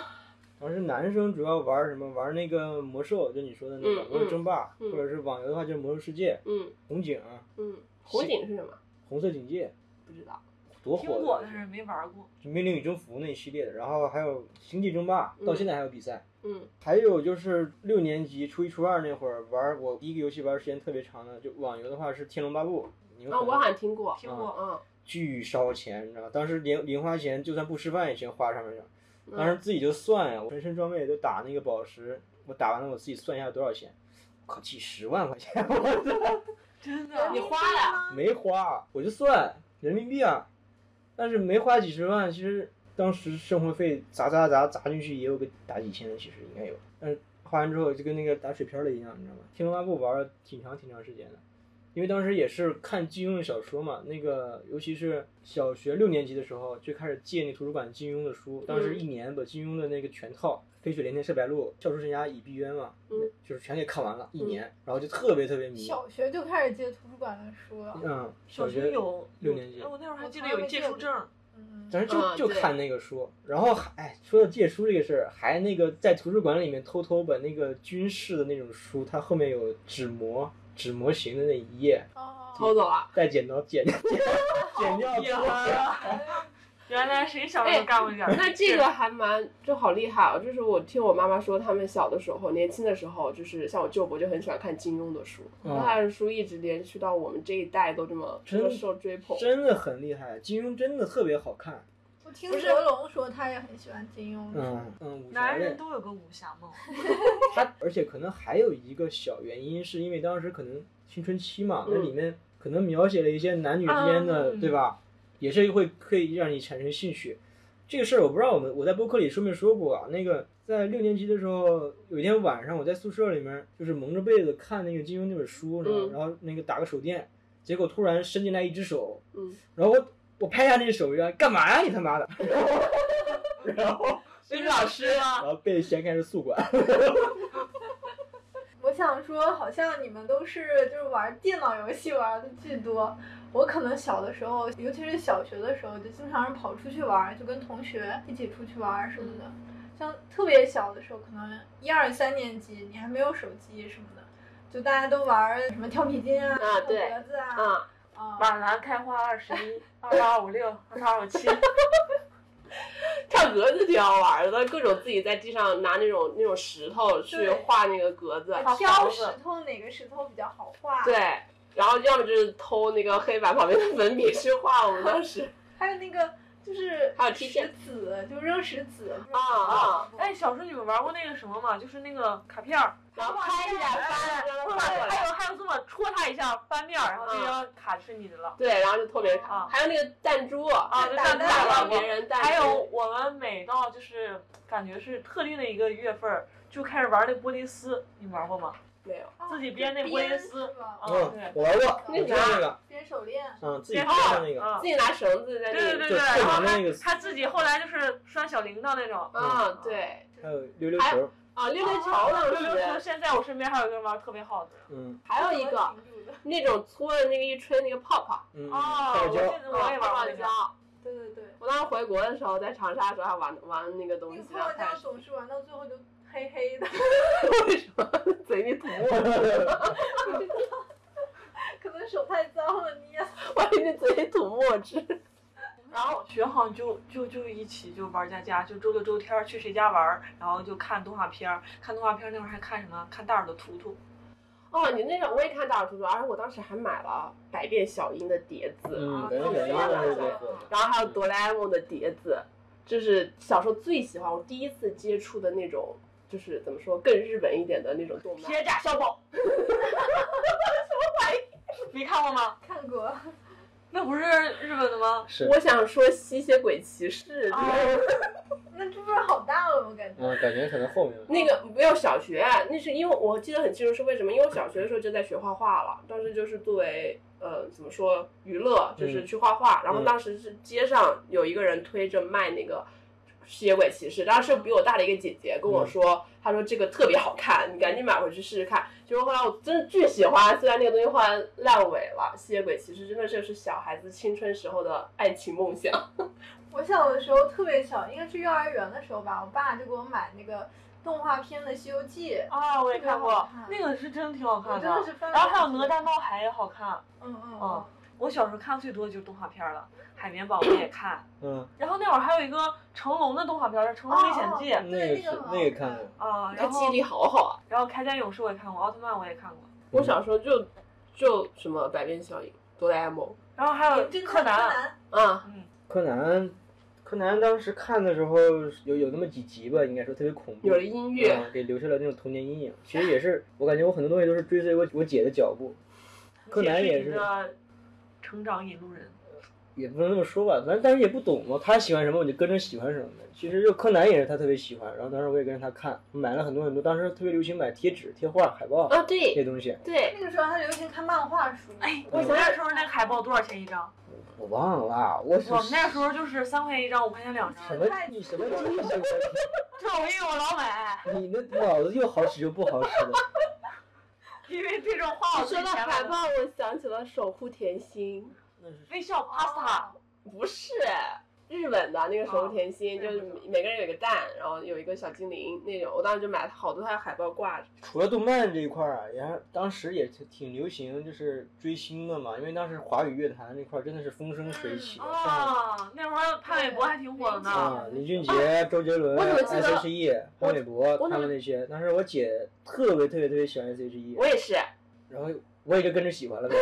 B: 然后是男生主要玩什么？玩那个魔兽，就你说的那个
A: 嗯
B: 魔兽争霸，
A: 嗯嗯
B: 或者是网游的话就是魔兽世界、
A: 嗯
B: 红警、
A: 嗯，红警是什么？
B: 红色警戒，
A: 不知道。
B: 多
C: 听过，
B: 火
C: 但是没玩过。
B: 就命令与征服那一系列的，然后还有星际争霸，到
A: 嗯
B: 现在还有比赛。
A: 嗯
B: 还有就是六年级初一初二那会儿玩儿，我第一个游戏玩儿时间特别长的，就网游的话是《天龙八部》，你们
A: 啊，
B: 可
A: 我
B: 能
A: 好像听过。
C: 听过，
A: 嗯，
B: 巨烧钱，你知道，当时零零花钱就算不吃饭也行花上面去了。
A: 嗯
B: 当时自己就算呀，我全身装备都打那个宝石，我打完了我自己算一下多少钱，靠，几十万块钱，我操！
C: 真的
D: 人
A: 哎你
D: 民币
A: 花了
D: 吗？
B: 没花，我就算人民币啊，但是没花几十万，其实当时生活费砸砸砸砸进去也有个打几千的，其实应该有，但是花完之后就跟那个打水漂了一样，你知道吗？天龙八部玩了挺长挺长时间的。因为当时也是看金庸的小说嘛，那个尤其是小学六年级的时候就开始借那图书馆金庸的书，当时一年把金庸的那个全套《飞雪连天射白鹿》《笑书神侠倚碧鸳》嘛，
A: 嗯
B: 就是全给看完了，一年，然后就特别特别迷。
D: 小学就开始借图书馆的书了。
B: 嗯，
C: 小
B: 学
C: 学有
B: 六年级
C: 哎我那会儿还记得有借书证，
D: 嗯，
B: 咱就
A: 嗯
B: 就
A: 对
B: 看那个书，然后还哎说到借书这个事儿，还那个在图书馆里面偷偷把那个军事的那种书，它后面有纸模纸模型的那一页，
D: 哦，
A: 偷走 了。
B: 带剪刀剪剪剪 掉它。
D: 哎
C: 原来谁小时候干过这点儿？
A: 哎那这个还蛮，这好厉害哦！就是我听我妈妈说，他们小的时候，年轻的时候，就是像我舅伯就很喜欢看金庸的书，
B: 嗯
A: 他的书一直连续到我们这一代都这么这
B: 真
A: 么受追捧。
B: 真的很厉害，金庸真的特别好看。
D: 我听
A: 不是
D: 德龙说他也很喜欢金庸的书。
B: 嗯嗯，武侠
C: 男人
B: 类，
C: 都有个武侠梦，
B: 它而且可能还有一个小原因，是因为当时可能青春期嘛，那
A: 嗯啊
B: 里面可能描写了一些男女之间的，
C: 嗯
B: 对吧？也是会可以让你产生兴趣。这个事儿我不知道，我们我在播客里说没说过啊？那个在六年级的时候，有一天晚上我在宿舍里面就是蒙着被子看那个金庸那本书，然后
A: 嗯
B: 然后那个打个手电，结果突然伸进来一只手，
A: 嗯，
B: 然后我我拍下那手一干嘛呀、你 他妈的！然后
A: 所以老师
B: 然后被掀开是宿管。
D: 我想说，好像你们都是就是玩电脑游戏玩的巨多。我可能小的时候，尤其是小学的时候，就经常是跑出去玩，就跟同学一起出去玩什么的。
A: 嗯
D: 像特别小的时候，可能一二三年级，你还没有手机什么的，就大家都玩什么跳皮筋啊、
A: 啊
D: 跳
A: 对
D: 格子啊，
A: 啊，
D: 啊，
C: 马兰开花二十一、二八二五六、二八二五七，
A: 跳格子挺好玩的，各种自己在地上拿那种那种石头去
D: 对
A: 画那个格子，
D: 挑石头哪个石头比较好画。
A: 对，，然后要么就是偷那个黑板旁边的粉笔去画。我们当时
D: 还有那个就是
A: 还有踢毽
D: 石子，就扔石子。
A: 啊啊，
C: 哎，小时候你们玩过那个什么吗？就是那个卡片儿，
A: 然后拍一下
C: 哎
A: 发，让它发过来。嗯
C: 还有还有这么戳它一下翻面儿，然后这张卡是你的了。
A: 对，然后就偷别人卡，
C: 啊
A: 还有那个弹珠
C: 啊，就
D: 打
C: 蛋
D: 蛋
A: 打
C: 打
A: 到
C: 到
A: 别人弹珠，
C: 还有我们每到就是感觉是特定的一个月份儿，就开始玩那玻璃丝，你们玩过吗？
A: 没有？
D: 啊
C: 自己编那
D: 就
C: 玻璃
D: 编
C: 丝
D: 是吧
C: 啊
B: 嗯
C: 对，
B: 我玩过，我
A: 哦那
B: 知道
A: 啥
B: 那个，
D: 编手链。
B: 嗯，自己
C: 编
B: 做的那个，
C: 啊
A: 自己拿绳子在那
C: 对
A: 里。
C: 对对
B: 就
C: 对，
B: 特
C: 然后
B: 别那个
C: 他他自己后来就是拴小铃铛那种。
A: 啊，对，
B: 还有呃溜溜
A: 还
B: 球，
A: 啊，溜溜球当
C: 嗯哦溜溜球，
A: 时，
C: 现在我身边还有一个人玩特别好的。
B: 嗯
A: 还有一个那种搓的那个一吹那个泡泡，啊
B: 嗯，
C: 哦，
B: 泡
C: 我记
B: 椒，
C: 得我也玩过
A: 泡
C: 那个。
A: 椒。
D: 对对对，
A: 我当时回国的时候，在长沙的时候还玩玩那个东
D: 那个
A: 西，啊然
D: 泡
A: 后
D: 泡
A: 开
D: 胶
A: 始
D: 总是玩到最后就黑黑的，
A: 为什么 嘴里吐沫？
D: 可能手太脏了捏。
A: 我以为嘴里吐沫汁。
C: 然后学好像就就就一起就玩家家，就周六周天儿去谁家玩儿，然后就看动画片儿，看动画片儿那会儿还看什么？看大耳朵图图。
A: 哦，你那种我也看到了图图，而且我当时还买了《百变小樱》的碟子，
B: 嗯，
A: 啊
B: 感觉两个人是在喝
A: 然后还有哆啦 A 梦的碟子，这是小时候最喜欢，我第一次接触的那种，就是怎么说更日本一点的那种动漫。
C: 铁甲小宝， 什么玩意？没看过吗？
D: 看过，
C: 那不是日本的吗？
B: 是，
A: 我想说吸血鬼骑士，
C: 啊
D: 那这不是好大了吗？感觉。
B: 嗯，感觉可能后面
A: 那个没有小学，啊那是因为我记得很清楚是为什么，因为我小学的时候就在学画画了，当时就是作为呃怎么说娱乐，就是去画画，然后当时是街上有一个人推着卖那个。吸血鬼骑士，当时是比我大的一个姐姐跟我说，她说这个特别好看，你赶紧买回去试试看。结果后来我真的巨喜欢，虽然那个东西后来烂尾了。吸血鬼骑士真的就是小孩子青春时候的爱情梦想。
C: 哦
D: 我小的时候特别小，应该是幼儿园的时候吧，我爸就给我买那个动画片的《西游记》，
C: 啊，我也看
D: 那个好
C: 过
D: 看，
C: 那个是真挺好看
D: 我真的是翻来
C: 然后还有哪
D: 覆去
C: 吒猫孩也好看。
D: 嗯嗯嗯
C: 哦，我小时候看最多的就是动画片了，海绵宝宝也看。
B: 嗯，
C: 然后那会儿还有一个成龙的动画片儿《成龙历险记》
D: 哦
B: 那个是嗯那个看过，
C: 啊，
A: 他
C: 然
A: 记忆
C: 后
A: 力好好啊！
C: 然后铠甲勇士我也看过，奥特曼我也看过，
A: 我小时候就就什么百变小樱、哆啦 A 梦
C: 然后还有
D: 名侦探
C: 柯南，嗯
D: 南，
A: 啊，
B: 柯南，柯南当时看的时候有有那么几集吧，应该说特别恐怖
A: 有，了音乐，
B: 嗯，给留下了那种童年阴影。其实也是，我感觉我很多东西都是追随我我姐的脚步，柯南也
C: 你
B: 是，
C: 的成长引路人。
B: 也不能这么说吧，咱但是也不懂嘛，他喜欢什么我就跟着喜欢什么呗。其实就柯南也是他特别喜欢，然后当时我也跟着他看，买了很多很多，当时特别流行买贴纸、贴画、海报
A: 哦，
B: 这些
A: 对
B: 东西，
A: 对，
D: 那个时候还流行看漫画书，
C: 哎，我们那时候那个海报多少钱一张？
B: 我忘了，啊我
C: 我们那时候就是三块钱一张，五块钱两张。
B: 什么你什么东西？
C: 这我因为我老买，
B: 你那脑子又好使又不好使 的。
C: 因为这种话我
A: 说
C: 最
A: 到
C: 哦前
A: 海
C: 来
A: 报，我想起了守护甜心，
C: 微笑 pasta，
A: 不是日本的那个守护甜心，
C: 哦
A: 就是每个人有一个蛋，然后有一个小精灵那种，我当时就买了好多它的海报挂着。
B: 除了动漫这一块儿啊，然后当时也挺挺流行，就是追星的嘛，因为当时华语乐坛那块儿真的是风生水起，
A: 嗯
B: 像
C: 哦，那会儿潘玮柏还挺火的呢。
B: 啊林俊杰、周杰伦、
A: 我怎么记得
B: S.H.E、潘 E 玮柏
A: 我怎么
B: 他们那些，当时我姐特别特别特别喜欢 S.H.E，
A: 我也是，
B: E，
A: 哎
B: 然后我也就跟着喜欢了呗。
D: 哦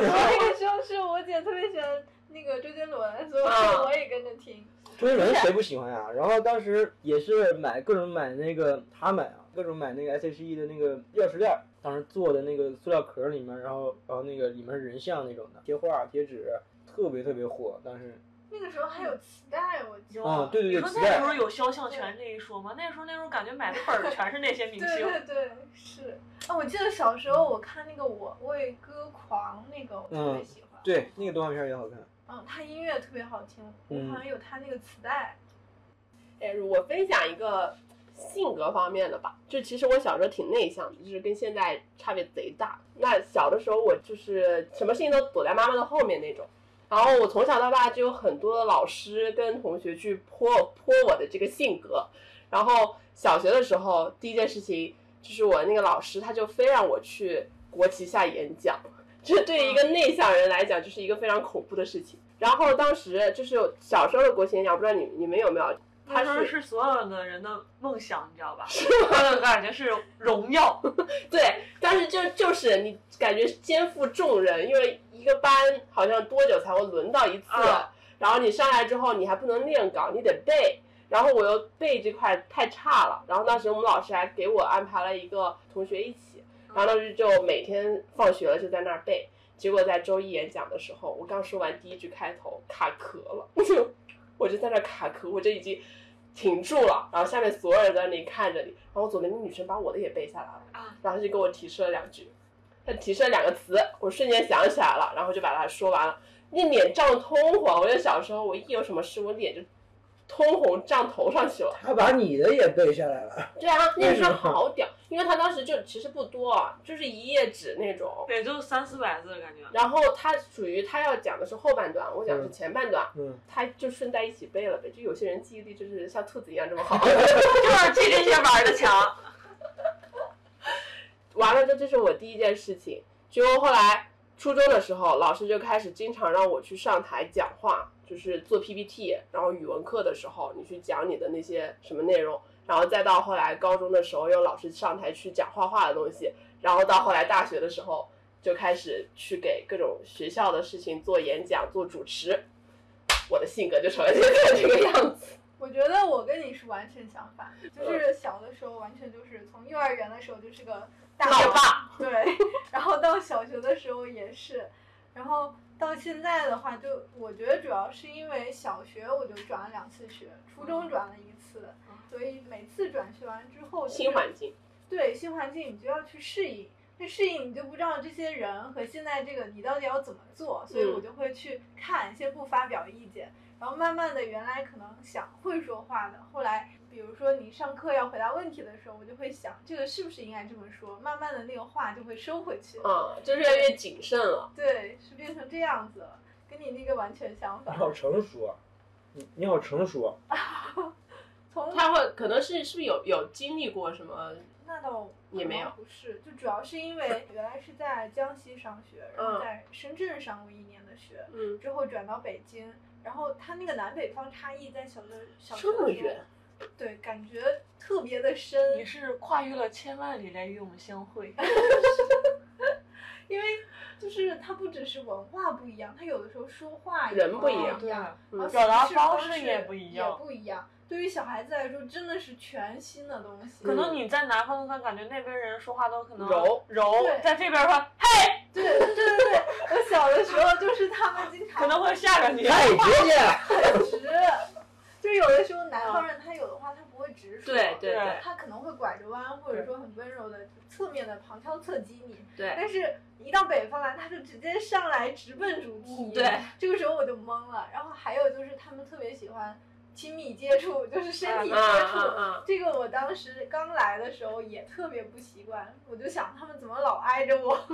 D: 那个时候是我姐特别喜欢那个周杰伦，所以
A: 嗯
D: 我也跟着听。
B: 周杰伦谁不喜欢呀、然后当时也是买各种买那个他买啊，各种买那个 S.H.E 的那个钥匙链儿，当时做的那个塑料壳里面，然后然后那个里面是人像那种的贴画贴纸，特别特别火，当时。
D: 那个时候还有磁带，我记得。
B: 啊，对对
C: 你
B: 对，
C: 说
B: 磁
C: 那时
B: 带
C: 候有肖像权这一说吗？那时候那时候感觉买的本儿全是那些明
D: 对
C: 星。
D: 对对，是啊！我记得小时候我看那个我为歌狂，那个我特别喜欢。
B: 嗯对那个动画片也好看。
D: 嗯，他音乐特别好听，
B: 嗯
D: 我好像有他那个磁带。
A: 哎，我分享一个性格方面的吧，就其实我小时候挺内向的，就是跟现在差别贼大。那小的时候我就是什么事情都躲在妈妈的后面那种，然后我从小到大就有很多的老师跟同学去泼泼我的这个性格。然后小学的时候，第一件事情就是我那个老师他就非让我去国旗下演讲，这对于一个内向人来讲就是一个非常恐怖的事情。然后当时就是小时候的国旗演讲，不知道你你们有没有？
C: 他
A: 他
C: 说
A: 是
C: 是所有的人的梦想，你知道吧？他的感觉是荣耀，
A: 对，但是就就是你感觉肩负重任，因为一个班好像多久才会轮到一次，
C: 啊
A: 然后你上来之后你还不能练稿，你得背。然后我又背这块太差了，然后当时我们老师还给我安排了一个同学一起，然后当时就每天放学了就在那儿背。结果在周一演讲的时候，我刚说完第一句开头卡壳了， 我就在那卡壳，我就已经停住了，然后下面所有人都在那里看着你，然后左边那女生把我的也背下来了。然后他就给我提示了两句，他提示了两个词，我瞬间想起来了，然后就把它说完了。那脸涨通红，我就小时候我一有什么事，我脸就通红涨头上去了。
B: 他把你的也背下来了，
A: 对啊，那时候好屌，因为他当时就其实不多啊，就是一页纸那种。
C: 也就三四百字的感觉。
A: 然后他属于他要讲的是后半段，我讲的是前半段，
B: 嗯，
A: 他就顺带一起背了呗。就有些人记忆力就是像兔子一样这么好。
C: 就是记这些玩的强。
A: 完了，这这是我第一件事情。结果后来初中的时候，老师就开始经常让我去上台讲话，就是做 PPT，然后语文课的时候你去讲你的那些什么内容，然后再到后来高中的时候，又老师上台去讲画画的东西，然后到后来大学的时候就开始去给各种学校的事情做演讲、做主持。我的性格就成了现在这个样子。
D: 我觉得我跟你是完全相反，
B: 嗯
D: 就是小的时候完全就是从幼儿园的时候就是个大
A: 老
D: 爸，对， 然后到小学的时候也是，然后到现在的话就，我觉得主要是因为小学我就转了两次学，初中转了一次，所以每次转学完之后、就是，
A: 嗯新环境，
D: 对新环境你就要去适应，那适应你就不知道这些人和现在这个你到底要怎么做，所以
A: 嗯
D: 我就会去看，先不发表意见，然后慢慢的原来可能想会说话的，后来比如说你上课要回答问题的时候，我就会想这个是不是应该这么说，慢慢的那个话就会收回去，
A: 嗯，就越来越谨慎了。
D: 对，是变成这样子了，跟你那个完全相
B: 你
D: 反，
B: 好成熟啊，你你好成熟啊，
D: 从
A: 他会可能是是不是有有经历过什么
D: 那倒
A: 也没有
D: 可能不是，就主要是因为原来是在江西上学，然后
A: 嗯
D: 在深圳上过一年的学，
A: 嗯，
D: 之后转到北京，然后他那个南北方差异在小的小学
A: 这么
D: 的时候
A: 远，
D: 对，感觉特别的深
C: 你，是跨越了千万里来与我们相会。
D: 因为就是它不只是文化不一样，它有的时候说话也
A: 人不一
D: 一
A: 样
D: 样，
C: 哦对，
D: 然
A: 嗯
D: 后形
C: 表达
D: 式
C: 方
D: 式
C: 式也不一样
D: 也不一样，对于小孩子来说，真的是全新的东西。
C: 可能你在南方的话，感觉那边人说话都可能
B: 柔
C: 柔
D: 对，
C: 在这边的话
D: 对对对对，我小的时候就是他们经常
C: 可能会吓着你。
B: 太直接了。
D: 直，就有的时候南方人他有的话他不会直说，
A: 嗯对对
C: 对
D: 他可能会拐着弯，或者说很温柔的侧面的旁敲侧击你。
A: 对
D: 但是，一到北方来，他就直接上来直奔主题。
A: 嗯对，
D: 这个时候我就懵了。然后还有就是他们特别喜欢亲密接触，就是身体
A: 嗯
D: 接触。
A: 嗯嗯，
D: 这个我当时刚来的时候也特别不习惯，我就想他们怎么老挨着我。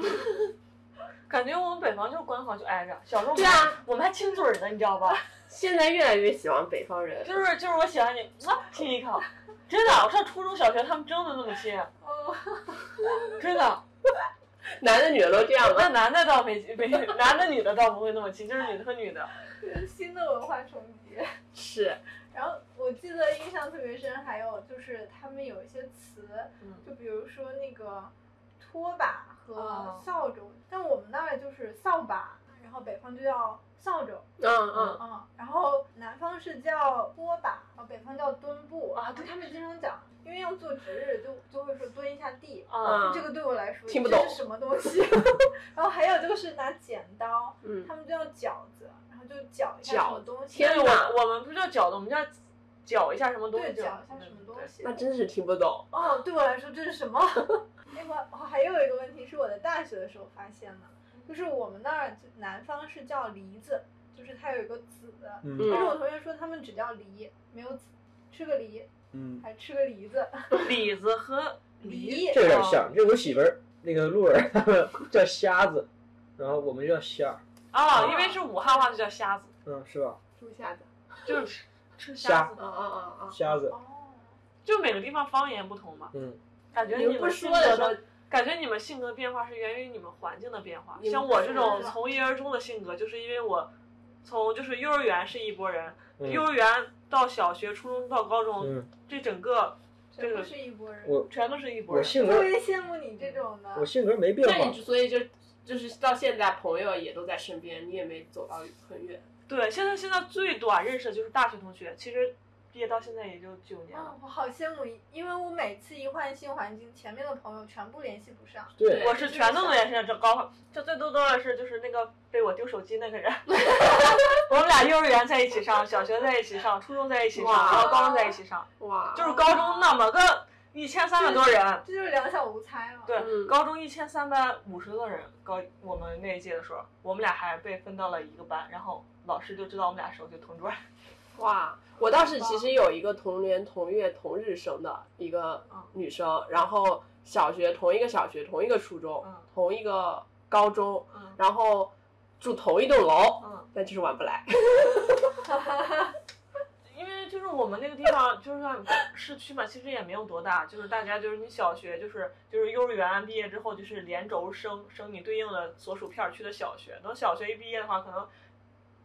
C: 感觉我们北方就是管好就挨着，小时候我
A: 对
C: 们
A: 啊，
C: 我们还亲嘴儿呢，你知道 吧？
A: 现在越来越喜欢北方人，
C: 就是就是我喜欢你，啊，亲一口，真的，我上初中小学他们真的那么亲，
D: 哦，
C: 真的。
A: 男的女的都这样
C: 那
A: 吗？
C: 男的倒没没，男的女的倒不会那么亲，就是女的和女的。
D: 新的文化冲击。
A: 是，
D: 然后我记得印象特别深，还有就是他们有一些词，
C: 嗯
D: 就比如说那个拖把和
C: 哦
D: 扫帚，但我们那儿就是扫把，然后北方就叫扫帚，
A: 嗯嗯，
D: 嗯，然后南方是叫拖把，然后北方叫墩布
C: 啊对
D: 他们经常讲，因为要做值日，就就会说蹲一下地。
C: 啊，
A: 嗯
D: 这个对我来说
A: 听不
D: 这
A: 懂
D: 是什么东 西，然后还有就是拿剪刀，
A: 嗯，
D: 他们叫饺子，然后就搅一下
A: 搅
D: 什么东西，
A: 天
C: 对，
A: 哪
C: 我我们不叫搅的，我们叫搅一下什么东西。嗯
D: 对，搅一下什么东西，嗯
A: 那真是听不懂。
D: 哦，对我来说这是什么？ 那会儿哦，还有一个问题是我在大学的时候发现的，就是我们那儿就南方是叫梨子，就是它有一个籽，
B: 嗯
D: 但是
A: 嗯，
D: 我同学说他们只叫梨，没有籽，吃个梨
B: 嗯，
D: 还吃个梨 子，
C: 对？ 李子和哦梨，
D: 梨
B: 这有点像，这我媳妇儿那个鹿儿 他们叫瞎子，然后我们叫虾儿，
C: 啊，因为是武汉话就叫瞎子，
B: 嗯，是吧？
A: 猪下子，
C: 就是吃吃
B: 瞎
C: 瞎子
A: 啊。啊啊啊，
B: 瞎子，
D: 哦，
C: 就每个地方方言不同嘛，
B: 嗯，
C: 感觉
A: 你
C: 你
A: 们不
C: 们性
A: 说
C: 格
A: 的时候，
C: 感觉你们性格变化是源于你们环境的变化。
A: 你们
C: 像我这
A: 说
C: 种
A: 的
C: 从一而终的性格，就是因为我从就是幼儿园是一拨人，
B: 嗯
C: 幼儿园到小学、初中到高中，
B: 嗯，
C: 这整个这
D: 真
C: 个
D: 不是一拨人。
B: 我
C: 全都是一拨
B: 我
C: 人。
B: 性
D: 特
B: 格
D: 别羡慕你这种的
B: 我，性格没变
A: 那
B: 化
A: 你，所以就就是到现在朋友也都在身边，你也没走到很远。
C: 对，现在现在最短认识的就是大学同学，其实毕业到现在也就九年了
D: 哦。，我好羡慕你，因为我每次一换新环境，前面的朋友全部联系不上。
B: 对，
C: 我是全都能联系上，这高，就最多多的是就是那个被我丢手机那个人。 我们俩幼儿园在一起上，小学在一起上，初中在一起上，
A: 哇
C: 然后高中在一起上，
A: 哇，
C: 就是高中那么个一千三百多人，
D: 这就是两小无猜嘛。
C: 对，
A: 嗯
C: 高中一千三百五十个人，高我们那一届的时候，我们俩还被分到了一个班，然后老师就知道我们俩是就同桌。
A: 哇，我倒是其实有一个同年同月同日生的一个
C: 嗯
A: 女生，然后小学同一个小学，同一个初中
C: 嗯，
A: 同一个高中，
C: 嗯
A: 然后住同一栋楼，
C: 嗯，
A: 但就是玩不来。
C: 因为就是我们那个地方就是像市区嘛，其实也没有多大，就是大家就是你小学就是就是幼儿园毕业之后就是连轴升升你对应的所属片儿区的小学，等小学一毕业的话，可能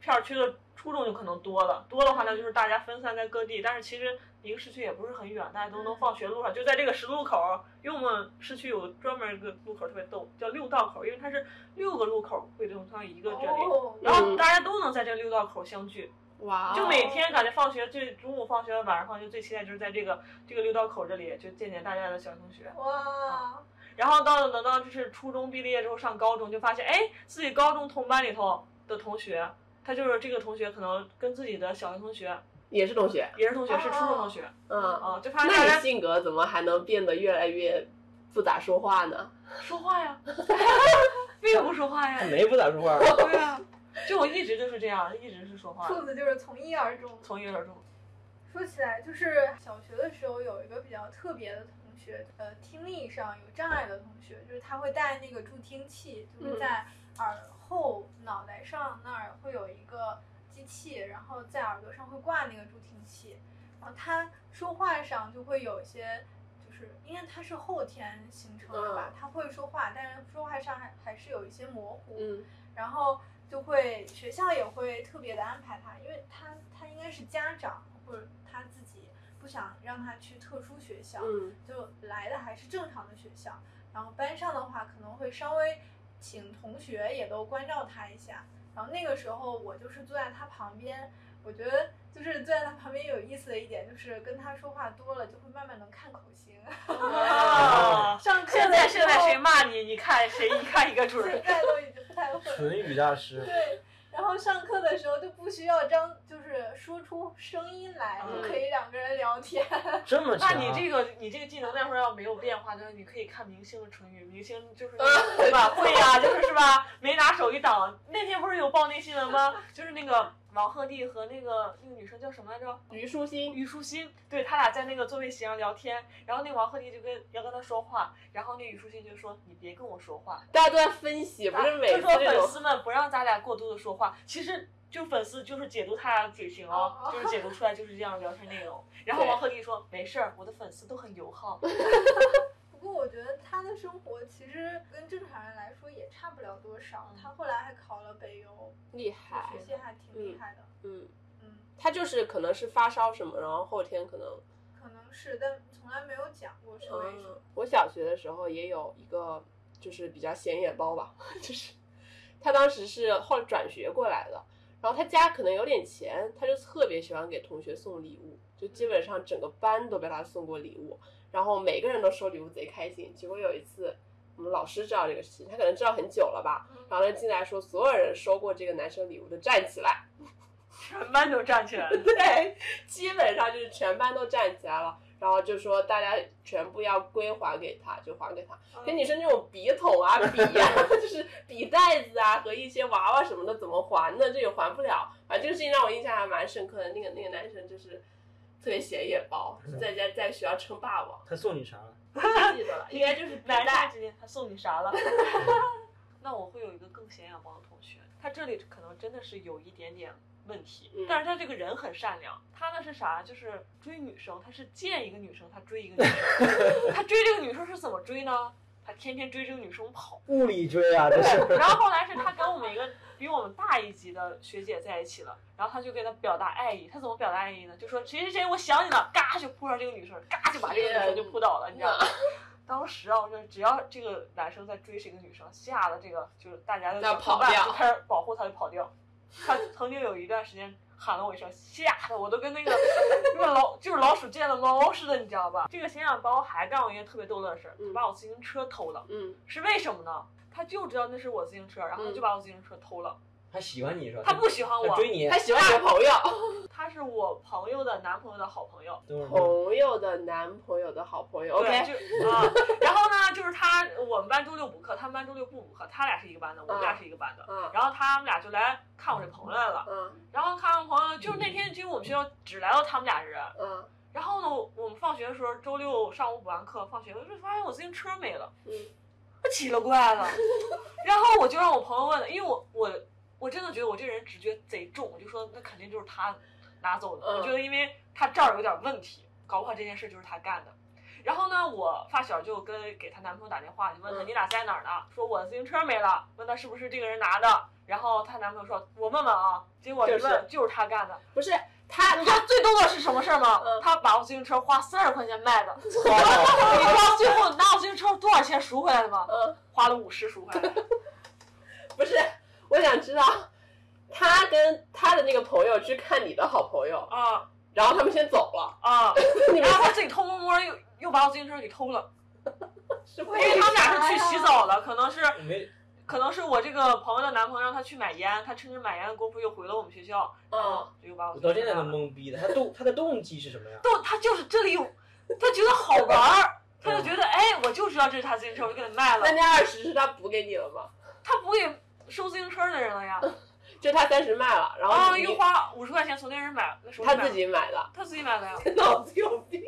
C: 片儿区的初中就可能多了，多的话呢就是大家分散在各地，但是其实一个市区也不是很远，大家都能放学路上就在这个十字路口儿，因为我们市区有专门一个路口儿特别逗，叫六道口儿，因为它是六个路口儿汇总成一个这里，
D: 哦，
C: 然后大家都能在这个六道口儿相聚。
A: 哇
C: 就每天感觉放学最中午放学晚上放学最期待就是在这个这个六道口这里就见见大家的小同学，
D: 哇，
C: 然后到等到就是初中毕了业之后上高中就发现哎自己高中同班里头的同学，他就是这个同学可能跟自己的小学同学
A: 也是同学，
C: 也是同学是初中同学
A: 嗯。
C: 啊，就发现大
A: 那你
C: 家
A: 性格怎么还能变得越来越不咋说话呢？
C: 说话呀， 为什么不说话呀？
B: 没不咋说话，
C: 对啊，就我一直就是这样，一直是说话，
D: 兔子就是从一而终。
C: 从一而终。
D: 说起来，就是小学的时候有一个比较特别的同学，呃，听力上有障碍的同学，就是他会戴那个助听器，就是在耳后、脑袋上那儿会有一个机器，然后在耳朵上会挂那个助听器，然后他说话上就会有一些。就是因为他是后天形成的吧，他会说话，但是说话上还还是有一些模糊。
A: 嗯
D: 然后就会学校也会特别的安排他，因为他他应该是家长或者他自己不想让他去特殊学校，
A: 嗯
D: 就来的还是正常的学校。然后班上的话可能会稍微请同学也都关照他一下。然后那个时候我就是坐在他旁边，我觉得就是坐在他旁边有意思的一点，就是跟他说话多了，就会慢慢能看口型。
A: 嗯
C: 哦，
D: 上课
C: 现在
D: 的
C: 现
D: 时
C: 在谁
D: 候，
C: 骂你，你看谁一看一个准儿
D: 现。在都已经不太会了。
F: 唇语大师，
D: 对，然后上课的时候就不需要张，就是说出声音来，
C: 嗯
D: 就可以两个人聊天。
F: 这么
B: 啊
C: 那
F: 强？
C: 你这个你这个技能那会儿要没有变化，就是你可以看明星的唇语，明星 就是对吧？会呀、就是是吧？没拿手一挡，那天不是有爆那新闻吗？就是那个王鹤棣和那个那个女生叫什么来着？
A: 虞书欣，
C: 虞书欣，对他俩在那个座位席上聊天，然后那王鹤棣就跟要跟他说话，然后那虞书欣就说：“你别跟我说话。”
A: 大家都在分析，不是每
C: 就
A: 次
C: 说
A: 这
C: 粉
A: 种
C: 丝们不让咱俩过多的说话，其实就粉丝就是解读他俩的嘴型哦，
D: 哦
C: 就是解读出来就是这样的聊天内 容。然后
A: 对
C: 王鹤棣说没事儿，我的粉丝都很友好。
D: 不过我觉得他的生活其实跟正常人来说也差不了多少。
C: 嗯
D: 他后来还考了北邮，
A: 厉
D: 就
A: 害
D: 学，习还挺厉害的。
A: 嗯，
D: 嗯，
A: 他就是可能是发烧什么，然后后天可能
D: 可能是，但从来没有讲过是为什么
A: 嗯。，我小学的时候也有一个，就是比较显眼包吧， 就是他当时是后来转学过来的，然后他家可能有点钱，他就特别喜欢给同学送礼物，就基本上整个班都被他送过礼物，然后每个人都收礼物贼开心。结果有一次，我们老师知道这个事情，他可能知道很久了吧，
D: 嗯
A: 然后他进来说，所有人收过这个男生礼物的站起来。
C: 全班都站起来 了，
A: 对，基本上就是全班都站起来了，然后就说大家全部要归还给他，就还给他。
C: 嗯
A: 跟女生那种笔筒啊、笔呀、 就是笔袋子啊和一些娃娃什么的，怎么还呢？这也还不了。反正这个事情让我印象还蛮深刻的。那个那个男生就是特别显眼包，在家在学校称霸王，
F: 他送你啥了？
A: 不记得了，应该就是笔
C: 男生
A: 袋。
C: 之间他送你啥了？ 那我会有一个更显眼光的同学，他这里可能真的是有一点点问题，
A: 嗯
C: 但是他这个人很善良。他呢是啥？就是追女生，他是见一个女生他追一个女生， 他追这个女生是怎么追呢？他天天追这个女生跑。
F: 物理追啊，这是。
C: 然后后来是他跟我们一个比我们大一级的学姐在一起了，然后他就给她表达爱意。他怎么表达爱意呢？就说谁谁谁，我想你了，嘎就扑上这个女生，嘎就把这个女生就扑倒了，你知道吗？ 当时啊，我就只要这个男生在追谁个女生，吓得这个就是大家就
A: 那跑
C: 就
A: 掉
C: 就开始保护他，就跑掉。他曾经有一段时间喊了我一声，吓得我都跟那个那个老就是老鼠见了猫似的，你知道吧？这个显眼包还干过一件特别逗的事儿，他
A: 嗯
C: 把我自行车偷了。
A: 嗯，
C: 是为什么呢？他就知道那是我自行车，然后他就把我自行车偷了。
F: 他喜欢你是吧？
C: 他不喜欢
F: 他
C: 我，
F: 追你
A: 他。喜欢你的朋友，
C: 他是我朋友的男朋友的好朋友。
F: 等会儿
A: 朋友的男朋友的好朋友。
C: 对
A: OK，
C: 就啊，然后呢，就是他，我们班周六补课，他们班周六不补课，他俩是一个班的，我们俩是一个班的。
A: 嗯
C: 然后他们俩就来看我这朋友来了，
A: 嗯
C: 然后看完朋友，就是那天其实我们学校只来了他们俩人，
A: 嗯
C: 然后呢，我我们放学的时候，周六上午补完课，放学我就发现我自行车没了，
A: 嗯
C: 我奇了怪了。然后我就让我朋友问了，因为我我我真的觉得我这人直觉贼重，我就说那肯定就是他拿走的。
A: 嗯
C: 我觉得因为他这儿有点问题，搞不好这件事就是他干的。然后呢，我发小就跟给她男朋友打电话，就问他
A: 嗯
C: 你俩在哪儿呢？说我自行车没了，问他是不是这个人拿的。然后她男朋友说，我问问啊。结果一
A: 就是
C: 问就是他干的。
A: 不是他
C: 你知
A: 他
C: 道最逗的是什么事儿吗？
A: 嗯
C: 他把我自行车花三十块钱 卖的，你知 道最后拿我自行车多少钱赎回来的吗？
A: 嗯。
C: 花了五十赎回来 的。
A: 不是，我想知道他跟他的那个朋友去看你的好朋友，
C: 啊
A: 然后他们先走了，
C: 啊！
A: 你们
C: 然后他自己偷摸摸又又把我自行车给偷了，
A: 是
C: 因为他们俩是去洗澡了，可能是
F: 没
C: 可能是我这个朋友的男朋友让他去买烟，他趁着买烟的功夫又回了我们学校，然后
A: 嗯，
C: 就又把我
F: 我到
C: 自行车
F: 现在都
C: 拿了。
F: 懵逼的，他动他的动机是什么呀？
C: 都他就是这里有，他觉得好 玩儿，他就觉得哎，我就知道这是他自行车，我就给他卖了
A: 那。那二十是他补给你了吗？
C: 他不给收自行车的人了呀。
A: 就他三十卖了，然后
C: 啊，
A: 你
C: 又花五十块钱从那人买，那手里
A: 他
C: 买
A: 自己买的，
C: 他自己买的呀，
A: 脑子有 病。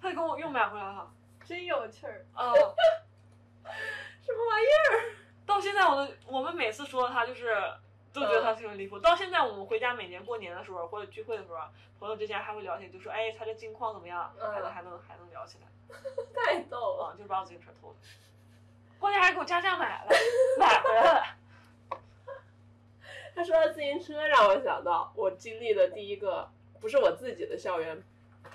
C: 他给我又买回来了。
D: 真有趣 儿。
C: 啊， 什么玩意儿？到现在我都，我们每次说他就是都觉得他挺离谱。到现在我们回家每年过年的时候或者聚会的时候，朋友之间还会聊起，就说哎，他这近况怎么样？
A: 嗯
C: 还能还能还能聊起来。
A: 太逗
C: 啊，！就是把我自行车偷了，关键还给我加价买了，买回 来了。
A: 他说到自行车，让我想到我经历的第一个不是我自己的校园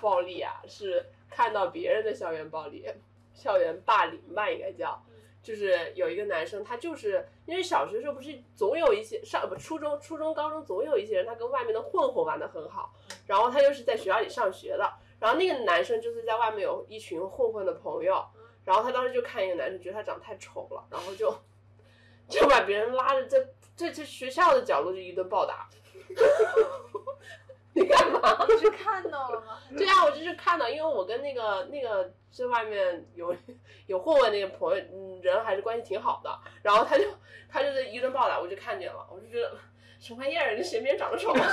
A: 暴力啊，是看到别人的校园暴力、校园霸凌吧，应该叫。就是有一个男生，他就是因为小学的时候不是总有一些上不初中、初中、高中总有一些人，他跟外面的混混玩的很好，然后他又是在学校里上学的，然后那个男生就是在外面有一群混混的朋友，然后他当时就看一个男生，觉得他长得太丑了，然后就就把别人拉着在在这学校的角落就一顿暴打。你干嘛？
D: 你是看到 了吗？
A: 对啊，我就是看到，因为我跟那个那个在外面有 有混混那个朋友，嗯，人还是关系挺好的。然后他就他就是一顿暴打，我就看见了，我就觉得什么玩意儿，这谁别人长得丑？啊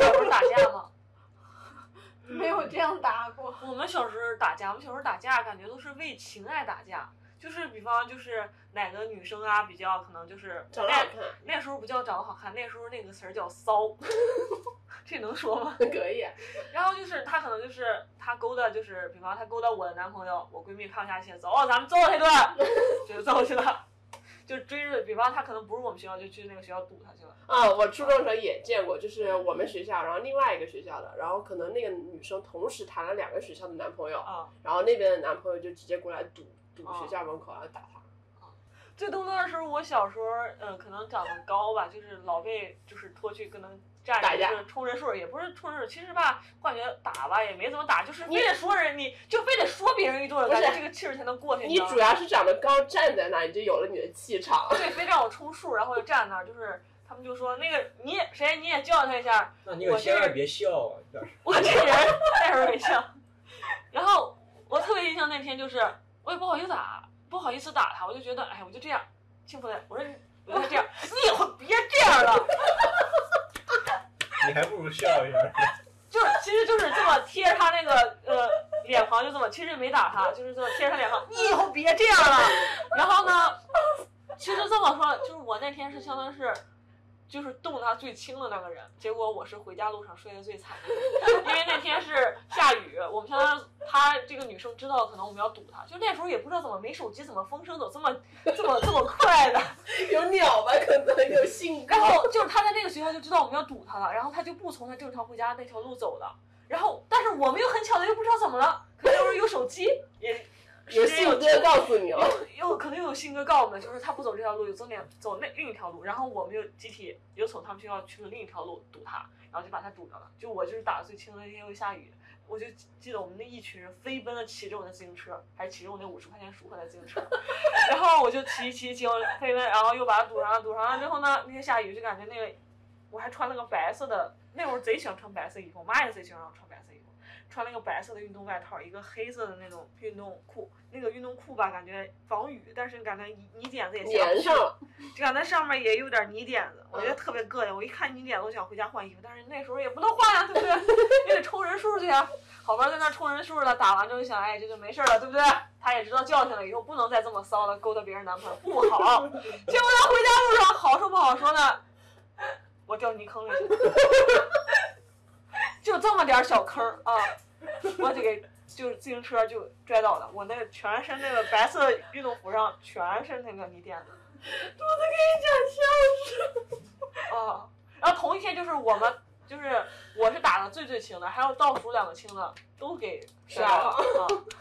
C: 小时候打架吗？
D: 没有这样打过。
C: 我们小时候打架，我们小时候打架感觉都是为情爱打架，就是比方就是哪个女生啊比较可能就是
A: 长得好看
C: 那那时候不叫长得好看，那时候那个词儿叫骚， 这能说吗？
A: 可以，啊
C: 然后就是她可能就是她勾搭，就是比方她勾搭我的男朋友，我闺蜜看不下去，走，咱们揍他一 顿，就揍去了，就追着，比方她可能不是我们学校，就去那个学校堵她去了。
A: 啊，我初中的时候也见过，就是我们学校，然后另外一个学校的，然后可能那个女生同时谈了两个学校的男朋友，
C: 啊、
A: 然后那边的男朋友就直接过来堵堵学校门口，然后打他。
C: 最多的时候，我小时候，呃，可能长得高吧，就是老被就是拖去跟能站
A: 打架
C: 就是冲着数儿，也不是冲着数儿，其实吧，我感觉打吧也没怎么打，就是非得说人，你就非得说别人一顿，
A: 不是
C: 感觉这个气儿才能过去。
A: 你
C: 知道吗
A: 主要是长得高，站在那儿你就有了你的气场。
C: 对，非让我充数，然后就站那儿，就是他们就说那个你也谁你也叫他一下，
F: 那你可千万别笑啊！要是
C: 我这人 带着微笑。然后我特别印象那天就是，我也不好意思打，不好意思打他，我就觉得哎，我就这样，幸福的，我说你我就这样，你以后别这样了。
F: 你还不如笑一下。
C: 就是其实就是这么贴着他那个呃脸庞，就这么，其实没打他，就是这么贴着他脸庞，你以后别这样了。然后呢，其实这么说，就是我那天是相当是。就是动他最轻的那个人，结果我是回家路上摔得最惨的那个人，因 为那天是下雨，我们相当于他这个女生知道可能我们要堵她，就那时候也不知道怎么没手机，怎么风声走这么这么这么快的，
A: 有鸟吧，可能有性格
C: 然。后就是他在那个学校就知道我们要堵他了，然后他就不从他正常回家那条路走了。然后，但是我们又很巧的又不知道怎么了，可能有人有手 机，也
A: 有性
C: 啊
A: 格告诉你哦了，
C: 又可能又有新哥告我们，就是他不走这条路，有走那走那另一条路。然后我们又集体又从他们学校去了另一条路堵他，然后就把他堵着了。就我就是打得最轻的那天又下雨，我就记得我们那一群人飞奔的骑着我的自行车，还骑着我那五十块钱赎回来的自行车，然后我就骑骑骑，我飞奔，然后又把它堵上了，堵上了之后呢，那天下雨就感觉那个我还穿了个白色的，那会儿贼喜欢穿白色衣服，我妈也贼喜欢让我穿白色衣服，穿了一个白色的运动外套，一个黑色的那种运动裤，那个运动裤吧，感觉防雨，但是感觉泥泥点子也下不
A: 粘
C: 去
A: 上了。
C: 就感觉上面也有点泥点子，我觉得特别膈应。我一看泥点子，我想回家换衣服，但是那时候也不能换啊呀、对不对？也得充人数去呀、好不容易在那充人数了，打完之后就想，哎，这就没事了，对不对？他也知道教训了，以后不能再这么骚了，勾搭别人男朋友不好。结果他回家路上好说不好说呢，我掉泥坑里去了， 就这么点小坑儿啊，我得给。就是自行车就拽倒了，我那个全身那个白色运动服上全是那个泥点子。哦，然后同一天就是我们，就是我是打的最最轻的，还有倒数两个轻的都给摔了，啊、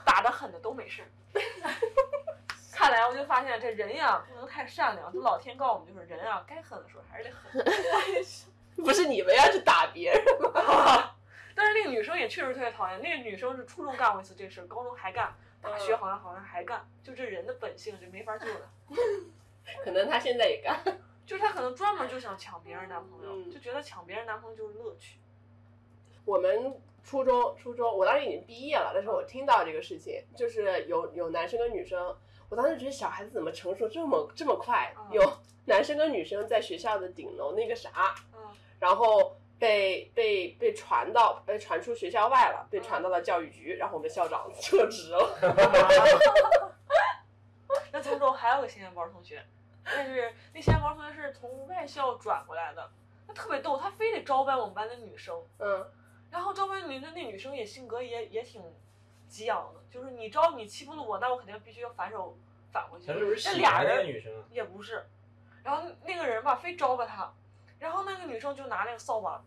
C: 打的狠的都没事。 看来我就发现这人呀不能太善良，这老天告我们就是人啊，该狠的时候还是得狠。
A: 不是你们要去打别人，
C: 但是那个女生也确实特别讨厌，那个女生是初中干过一次这事，高中还干，大学好像好像还干，就这人的本性就没法救的。
A: 可能他现在也干。
C: 就是她可能专门就想抢别人男朋友，
A: 嗯
C: 就觉得抢别人男朋友就是乐趣。
A: 我们初中，初中，我当时已经毕业了，但是我听到这个事情，就是有有男生跟女生，我当时觉得小孩子怎么成熟这么这么快
C: 嗯？
A: 有男生跟女生在学校的顶楼那个啥，
C: 嗯
A: 然后被被被传到被传出学校外了，
C: 嗯
A: 被传到了教育局，然后我们校长 撤职了。
C: 那从中还有个新鲜包同学，那是那新鲜包同学是从外校转过来的，那特别逗，他非得招班我们班的女生，
A: 嗯，
C: 然后招班女的那女生也性格也也挺激昂的，就是你招你欺负了我，那我肯定必须要反手反回去。
F: 他是不是
C: 那
F: 喜
C: 俩
F: 欢那个
C: 人
F: 女生啊？
C: 也不是，然后那个人吧非招吧他，然后那个女生就拿那个扫把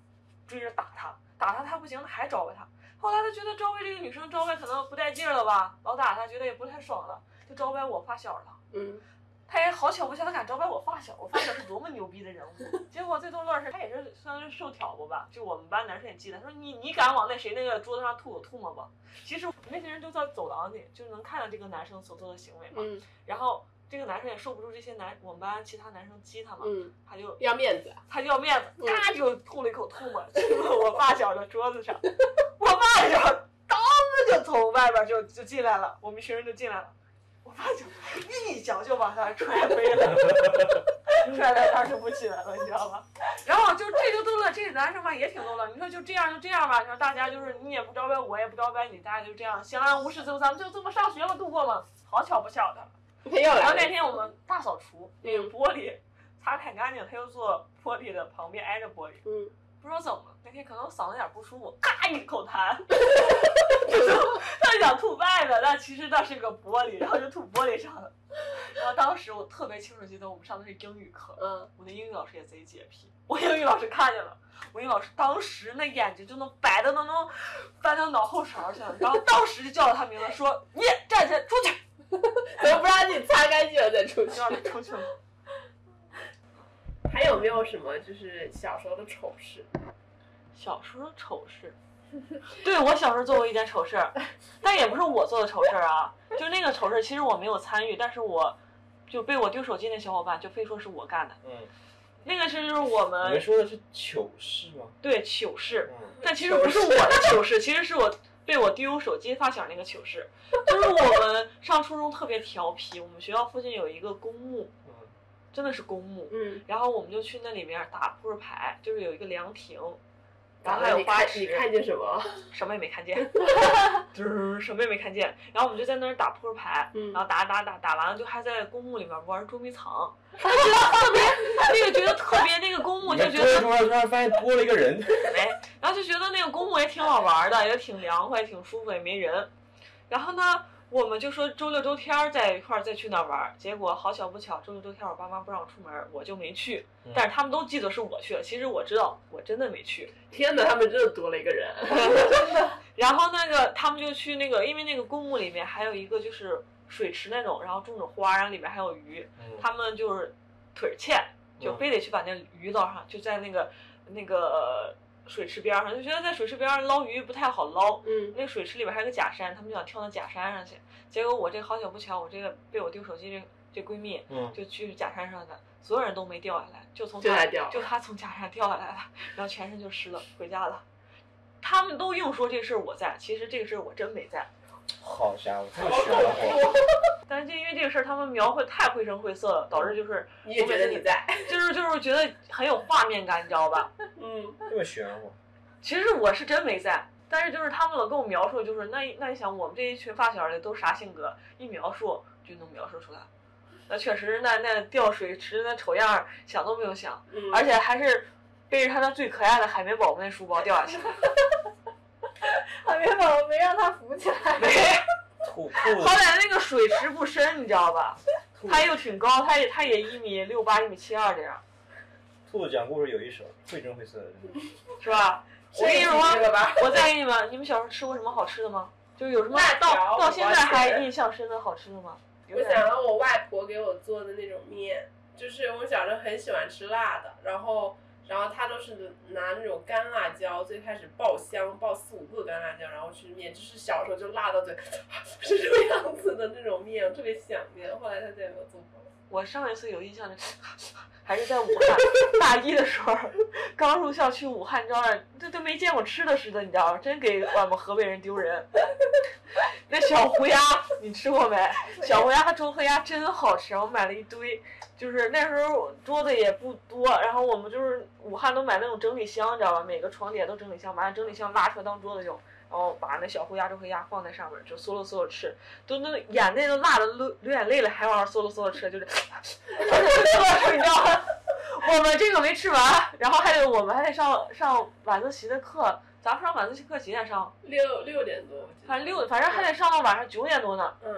C: 追着打他，打他他不行，他还招吧他。后来他觉得招呗这个女生招呗可能不带劲儿了吧，老打他觉得也不太爽了，就招呗我发小了。
A: 嗯，
C: 他也好巧不巧，他敢招拍我发小，我发小是多么牛逼的人物。 结果最逗乐是，他也是算是受挑拨吧，就我们班男生也记得，他说你你敢往那谁那个桌子上吐，我吐沫吧。其实那些人都在走廊里，就能看到这个男生所做的行为嘛。
A: 嗯
C: 然后这个男生也受不住这些男我们班其他男生激他嘛，
A: 嗯，
C: 他就
A: 要面子，
C: 他就要面子，
A: 嗯
C: 嘎就吐了一口吐沫，吐到我发小的桌 子上。我发小当时就从外边就就进来了，我们一群人就进来了。我发小一脚就把他踹飞了， 踹在那儿就不起来了，你知道吧？然后就这就逗乐，这男生吧也挺逗乐。你说就这样就这样吧，你说大家就是你也不招待我，也不招待你，大家就这样相安无事，就咱们就这么上学嘛，度过嘛。好巧不巧的，
A: 他又
C: 然
A: 来
C: 后那
A: 了，
C: 天我们大扫除，那
A: 嗯
C: 个玻璃擦太干净，他又坐玻璃的旁边挨着玻璃。
A: 嗯，
C: 不知道怎么，那天可能嗓子有点不舒服，嘎一口痰，就是他想吐外面，但其实那是个玻璃，然后就吐玻璃上了。然后当时我特别清楚记得，我们上的是英语课，
A: 嗯，
C: 我的英语老师也贼洁癖，我英语老师看见了，我英语老师当时那眼睛就能白的都能翻到脑后勺去了，然后当时就叫了他名字，说你站起来出去，
A: 都不让你擦干净了再出去
C: 就。让他出去了。
A: 还有没有什么就是小时候的丑事？
C: 小时候的 丑事，对我小时候做过一件丑事儿，但也不是我做的丑事儿啊，就那个丑事儿，其实我没有参与，但是我就被我丢手机那小伙伴就非说是我干的。
F: 嗯，
C: 那个是就是我
F: 你们
C: 们
F: 说的是糗事吗？
C: 对糗事，
F: 嗯，
C: 但其实不是我的糗事，其实是我被我丢手机发小那个糗事，就是我们上初中特别调皮，我们学校附近有一个公墓，
F: 嗯
C: 真的是公墓，
A: 嗯，
C: 然后我们就去那里面打扑克牌，就是有一个凉亭，然后还有花池，
A: 你看见什么？
C: 什么也没看见。
B: 就是
C: 什么也没看见。然后我们就在那儿打扑克牌，
A: 嗯
C: 然后打打打打完了，就还在公墓里面玩捉迷藏，觉得特别那个觉得特别那个公墓
F: 你
C: 就
F: 们
C: 觉
F: 桌子突然突
C: 得
F: 然发现多了一个人，
C: 没，然后就觉得那个公墓也挺好玩的，也挺凉快，也挺舒服，也没人。然后呢，我们就说周六周天儿在一块儿再去那儿玩儿。结果好巧不巧，周六周天我爸妈不让我出门儿，我就没去
F: 嗯。
C: 但是他们都记得是我去了，其实我知道我真的没去。
A: 天哪，他们真的多了一个人。
C: 然后那个他们就去那个，因为那个公墓里面还有一个就是水池那种，然后种着花，然后里面还有鱼，
F: 嗯
C: 他们就是腿儿欠，就非得去把那鱼捞上，就在那个那个水池边儿上，就觉得在水池边儿上捞鱼不太好捞。
A: 嗯
C: 那个水池里边还有个假山，他们就想跳到假山上去。结果我这好巧不巧，我这个被我丢手机这这闺蜜，
F: 嗯，
C: 就去假山上的，所有人都没掉下来，就从
A: 就
C: 他
A: 他掉了
C: 就他从假山掉下来了，然后全身就湿了，回家了。他们都硬说这事儿我在，其实这个事儿我真没在。
F: 嗯好家伙，这么玄乎，
C: 但是就因为这个事儿，他们描绘太绘声绘色了，导致就是
A: 你也觉得你在？
C: 就是就是觉得很有画面感，你知道吧？
A: 嗯
F: 这么玄乎，
C: 其实我是真没在，但是就是他们老跟我描述，就是那一那你想我们这一群发小里都啥性格，一描述就能描述出来。那确实，那那掉水池那丑样儿，想都没有想。
A: 嗯
C: 而且还是背着他那最可爱的海绵宝宝那书包掉下去了。
D: 海绵宝宝没让他扶起来，
C: 没，
F: 吐
C: 好
F: 吐
C: 歹那个水池不深，你知道吧？他又挺高，他也他也一米六八、一米七二这样，
F: 兔子讲故事有一手，绘声绘色的，真的
C: 是吧？我跟你说，
A: 这个吧，
C: 我再给你们，你们小时候吃过什么好吃的吗？就是有什么
A: 辣条
C: 到到现在还
A: 我吃
C: 印象深的好吃的吗？有
A: 我
C: 点
A: 想到我外婆给我做的那种面，就是我小时候很喜欢吃辣的，然后然后她都是拿那种干辣椒，最开始爆香爆四五个干辣椒，然后去面，就是小时候就辣到嘴 是这个样子的那种面，我特别想念。后来她再也没有做过。
C: 我上一次有印象的，还是在武汉大一的时候，刚入校去武汉，你知道吗？这都没见过吃的似的，你知道吗？真给我们河北人丢人。那小胡鸭你吃过没？小胡鸭和周黑鸭真好吃，我买了一堆。就是那时候桌子也不多，然后我们就是武汉都买那种整理箱，你知道吧？每个床底下都整理箱，把那整理箱拉出来当桌子用，然后把那小胡鸭、周黑鸭放在上面，就嗦了嗦了吃，都那眼泪都辣的流流眼泪了，还往那嗦了嗦了吃，就是， 就是你知道吗？我们这个没吃完，然后还得我们还得上上晚自习的课，咱们上晚自习课几点上？
A: 六六点多，我记得
C: 反正六，反正还得上到晚上九点多呢。
A: 嗯，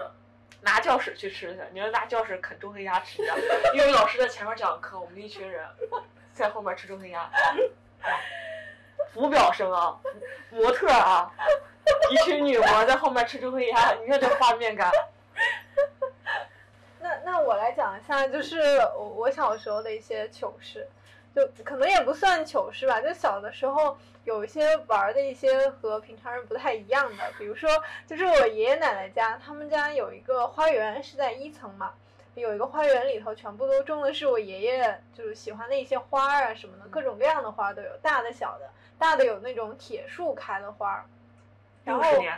C: 拿教室去吃去，你说拿教室啃周黑鸭吃去， 因为老师在前面讲课，我们一群人 在后面吃周黑鸭，浮表生啊，模特啊，一群女模在后面吃周黑鸭，你说这画面感。
D: 那那我来讲一下，就是我我小时候的一些糗事，就可能也不算糗事吧，就小的时候有一些玩儿的一些和平常人不太一样的，比如说就是我爷爷奶奶家，他们家有一个花园是在一层嘛，有一个花园里头全部都种的是我爷爷就是喜欢的一些花儿啊什么的，各种各样的花都有，大的小的，大的有那种铁树开的花儿，然
C: 六
D: 后
C: 十年，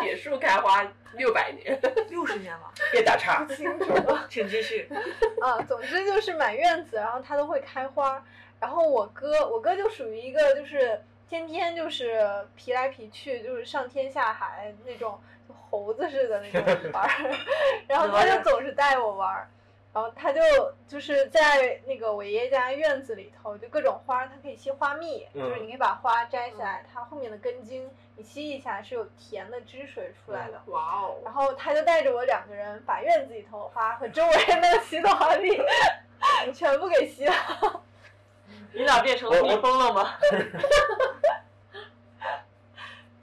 A: 铁树开花六百年，
C: 六十年了，
A: 别打岔。
D: 清楚了。
C: 请继续。
D: 啊，总之就是满院子，然后它都会开花。然后我哥，我哥就属于一个就是天天就是皮来皮去，就是上天下海那种就猴子似的那种玩儿。 然后他就总是带我玩儿，然后他就就是在那个我爷爷家院子里头，就各种花儿，它可以吸花蜜，就是
F: 嗯
D: 你可以把花摘下来，它后面的根茎你吸一下是有甜的汁水出来的。
A: 哇哦！
D: 然后他就带着我两个人把院子里头的花和周围的洗澡花蜜
C: 嗯
D: 全部给吸了。
C: 你俩变成了蜜蜂了吗？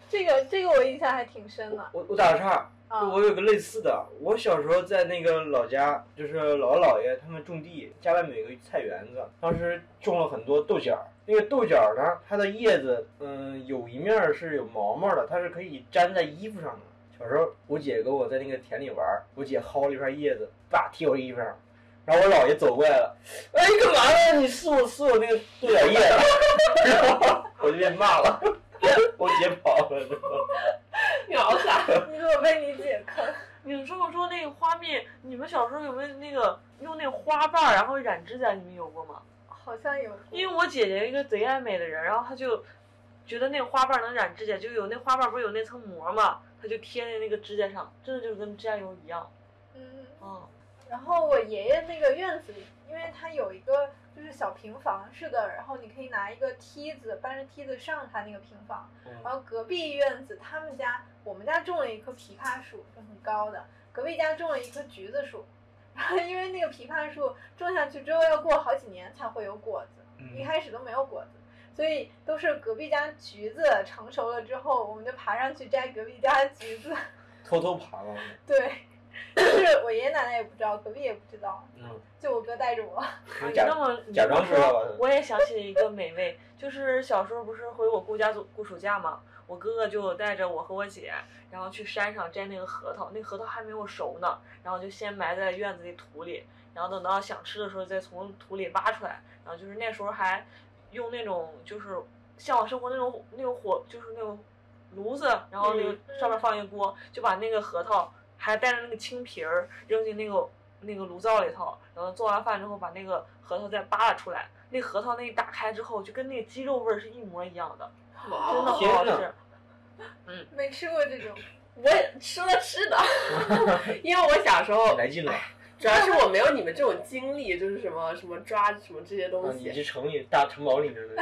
D: 这个这个我印象还挺深的
F: 我我打个岔，
D: 啊。
F: 我有个类似的，我小时候在那个老家，就是姥姥姥爷他们种地，家外面有个菜园子，当时种了很多豆角儿。那个豆角儿呢，它的叶子，嗯，有一面儿是有毛毛的，它是可以粘在衣服上的。小时候，我姐跟我在那个田里玩儿，我姐薅了一片叶子，叭贴我衣服上，然后我姥爷走过来了，哎，干嘛呢？你撕我撕我那个豆角叶， 然后我就被骂了， 我姐跑了，知道吗
A: 你好傻！
D: 你怎么被你姐坑？
C: 你们这么说那个花蜜，你们小时候有没有那个用那个花瓣儿然后染指甲？你们有过吗？
D: 好像有。
C: 因为我姐姐一个贼爱美的人，然后她就觉得那个花瓣能染指甲，就有那花瓣不是有那层膜嘛，她就贴在那个指甲上，真的就是跟指甲油一样。
D: 嗯，
C: 嗯，
D: 然后我爷爷那个院子里，因为它有一个就是小平房似的，然后你可以拿一个梯子搬着梯子上他那个平房。然后隔壁院子他们家，我们家种了一棵枇杷树，就很高的；隔壁家种了一棵橘子树。 然后因为那个枇杷树种下去之后要过好几年才会有果子，一
F: 嗯，
D: 开始都没有果子，所以都是隔壁家橘子成熟了之后，我们就爬上去摘隔壁家的橘子。
F: 偷偷爬了，
D: 对，就是我爷爷奶奶也不知道，隔壁也不知道，
F: 嗯，
D: 就我哥带着我。
F: 能
C: 啊你
F: 假
C: 那么
F: 假装
C: 你
F: 不知
C: 这么
F: 道
C: 说
F: 吧
C: 我也想起一个美味，就是小时候不是回我姑家做过暑假嘛，我哥哥就带着我和我姐，然后去山上摘那个核桃，那个核桃还没有熟呢，然后就先埋在院子里土里，然后等到想吃的时候再从土里挖出来，然后就是那时候还用那种就是《向往生活》那种那种火，就是那种炉子，然后那
F: 嗯
C: 个上面放一个锅，就把那个核桃还带着那个青皮儿扔进那个那个炉灶里头，然后做完饭之后把那个核桃再扒拉出来，那核桃那一打开之后就跟那个鸡肉味儿是一模一样的，
A: 哇
C: 真的
A: 哦！
C: 好好
F: 天
C: 吃。
D: 没吃过这种，
A: 我也吃了吃 的，因为我小时候
F: 来劲
B: 哎
F: 了。啊
A: 主要是我没有你们这种经历，就是什么什么抓什么这些
F: 啊
A: 东
F: 你
A: 西。
F: 是城里大城堡里面 的，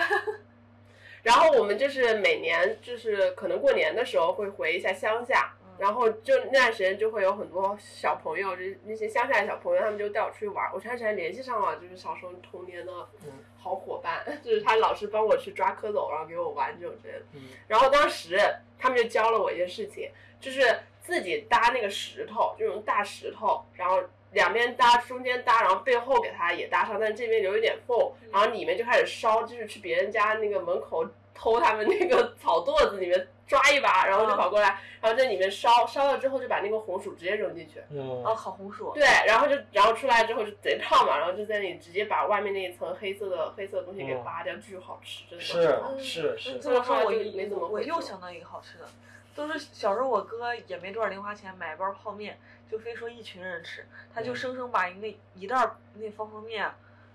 A: 然后我们就是每年就是可能过年的时候会回一下乡下，然后就那段时间就会有很多小朋友，就是那些乡下的小朋友，他们就带我出去玩儿。我前段时间联系上了，就是小时候童年的
F: 嗯
A: 好伙伴， 就是他老是帮我去抓蝌蚪，然后给我玩这种之类的。
F: 嗯
A: 然后当时他们就教了我一件事情，就是自己搭那个石头，这种大石头，然后两边搭，中间搭，然后背后给它也搭上，但是这边留一点缝，
F: 嗯
A: 然后里面就开始烧，就是去别人家那个门口偷他们那个草垛子里面抓一把，然后就跑过
F: 嗯
A: 来，然后在里面烧，烧了之后就把那个红薯直接扔进去。
C: 啊，
F: 嗯，
C: 烤红薯，
A: 对，然后就然后出来之后就贼烫嘛，然后就在那里直接把外面那一层黑色的黑色的东西给
F: 嗯
A: 扒掉，巨好吃，真的
F: 是
A: 好吃
F: 是是，
C: 这么说嗯我
A: 就没怎么
C: 我
A: 会
C: 又
A: 做
C: 想到一个好吃的，都是小时候我哥也没多少零花钱，买包泡面就非说一群人吃，他就
F: 嗯
C: 生生把那一袋儿那方便面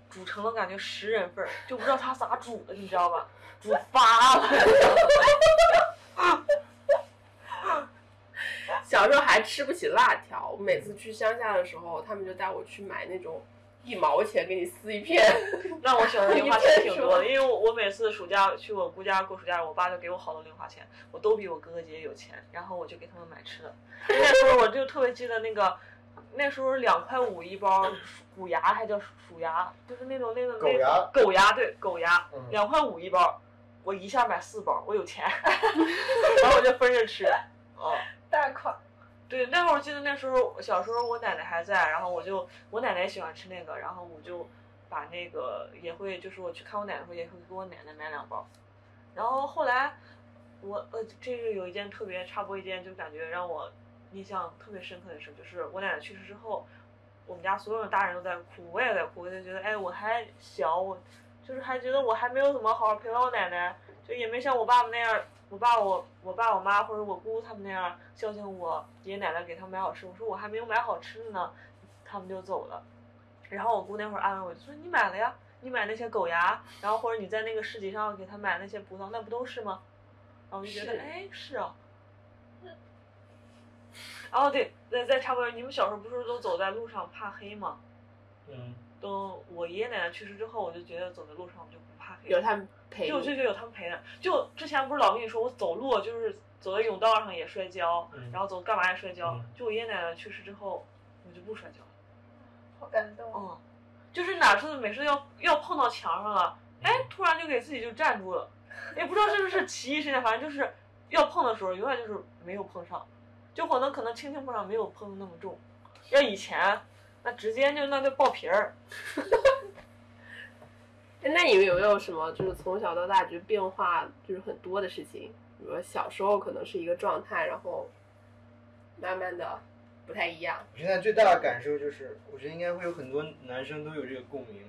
C: 煮成了感觉十人份儿，就不知道他咋煮的，你知道吧？煮 发了，
A: 小时候还吃不起辣条，我每次去乡下的时候，他们就带我去买那种一毛钱给你撕一片。
C: 让我小时候零花钱挺多的，因为我我每次暑假去我姑家过暑假，我爸就给我好多零花钱，我都比我哥哥姐姐有钱，然后我就给他们买吃的。那时候我就特别记得那个。那时候两块五一包鼠骨牙，还叫鼠牙，就是那种那种那
F: 狗牙
C: 狗牙对狗牙，
F: 嗯
C: 两块五一包，我一 下买四包，我有钱，然后我就分着吃。哦，
D: 大款。
C: 对，那会儿我记得那时候小时候我奶奶还在，然后我就我奶奶也喜欢吃那个，然后我就把那个也会就是我去看我奶奶的时候也会给我奶奶买两包，然后后来我呃这是有一件特别插播一件就感觉让我印象特别深刻的事，就是我奶奶去世之后，我们家所有的大人都在哭，我也在哭，我就觉得哎我还小，我就是还觉得我还没有怎么好好陪伴我奶奶，就也没像我爸爸那样，我爸我我爸我妈或者我姑他们那样孝敬我爷爷奶奶给他们买好吃，我说我还没有买好吃的呢，他们就走了。然后我姑那会儿安慰我，就说你买了呀，你买那些狗牙，然后或者你在那个市集上给他买那些葡萄，那不都是吗？然后我就觉
A: 是
C: 得哎是啊。哦对，再再插播，你们小时候不是都走在路上怕黑吗？
F: 嗯，
C: 等我爷爷奶奶去世之后，我就觉得走在路上我就不怕黑了。
A: 有他们陪
C: 对，我
A: 你
C: 就觉得有他们陪着。就之前不是老跟你说，我走路就是走在甬道上也摔跤，
F: 嗯
C: 然后走干嘛也摔跤。
F: 嗯
C: 就我爷爷奶奶去世之后，我就不摔跤了。
D: 好感动。啊
C: 嗯，
A: 哦
C: 就是哪次每次要要碰到墙上了，
F: 嗯
C: 哎，突然就给自己就站住 了，也不知道是不是奇异事件，反正就是要碰的时候，永远就是没有碰上，就可能可能轻轻碰上，没有碰那么重。要以前，那直接就那就爆皮儿。
A: 哎那你们有没有什么就是从小到大就是变化就是很多的事情？比如说小时候可能是一个状态，然后慢慢的不太一样。
B: 我现在最大的感受就是，我觉得应该会有很多男生都有这个共鸣，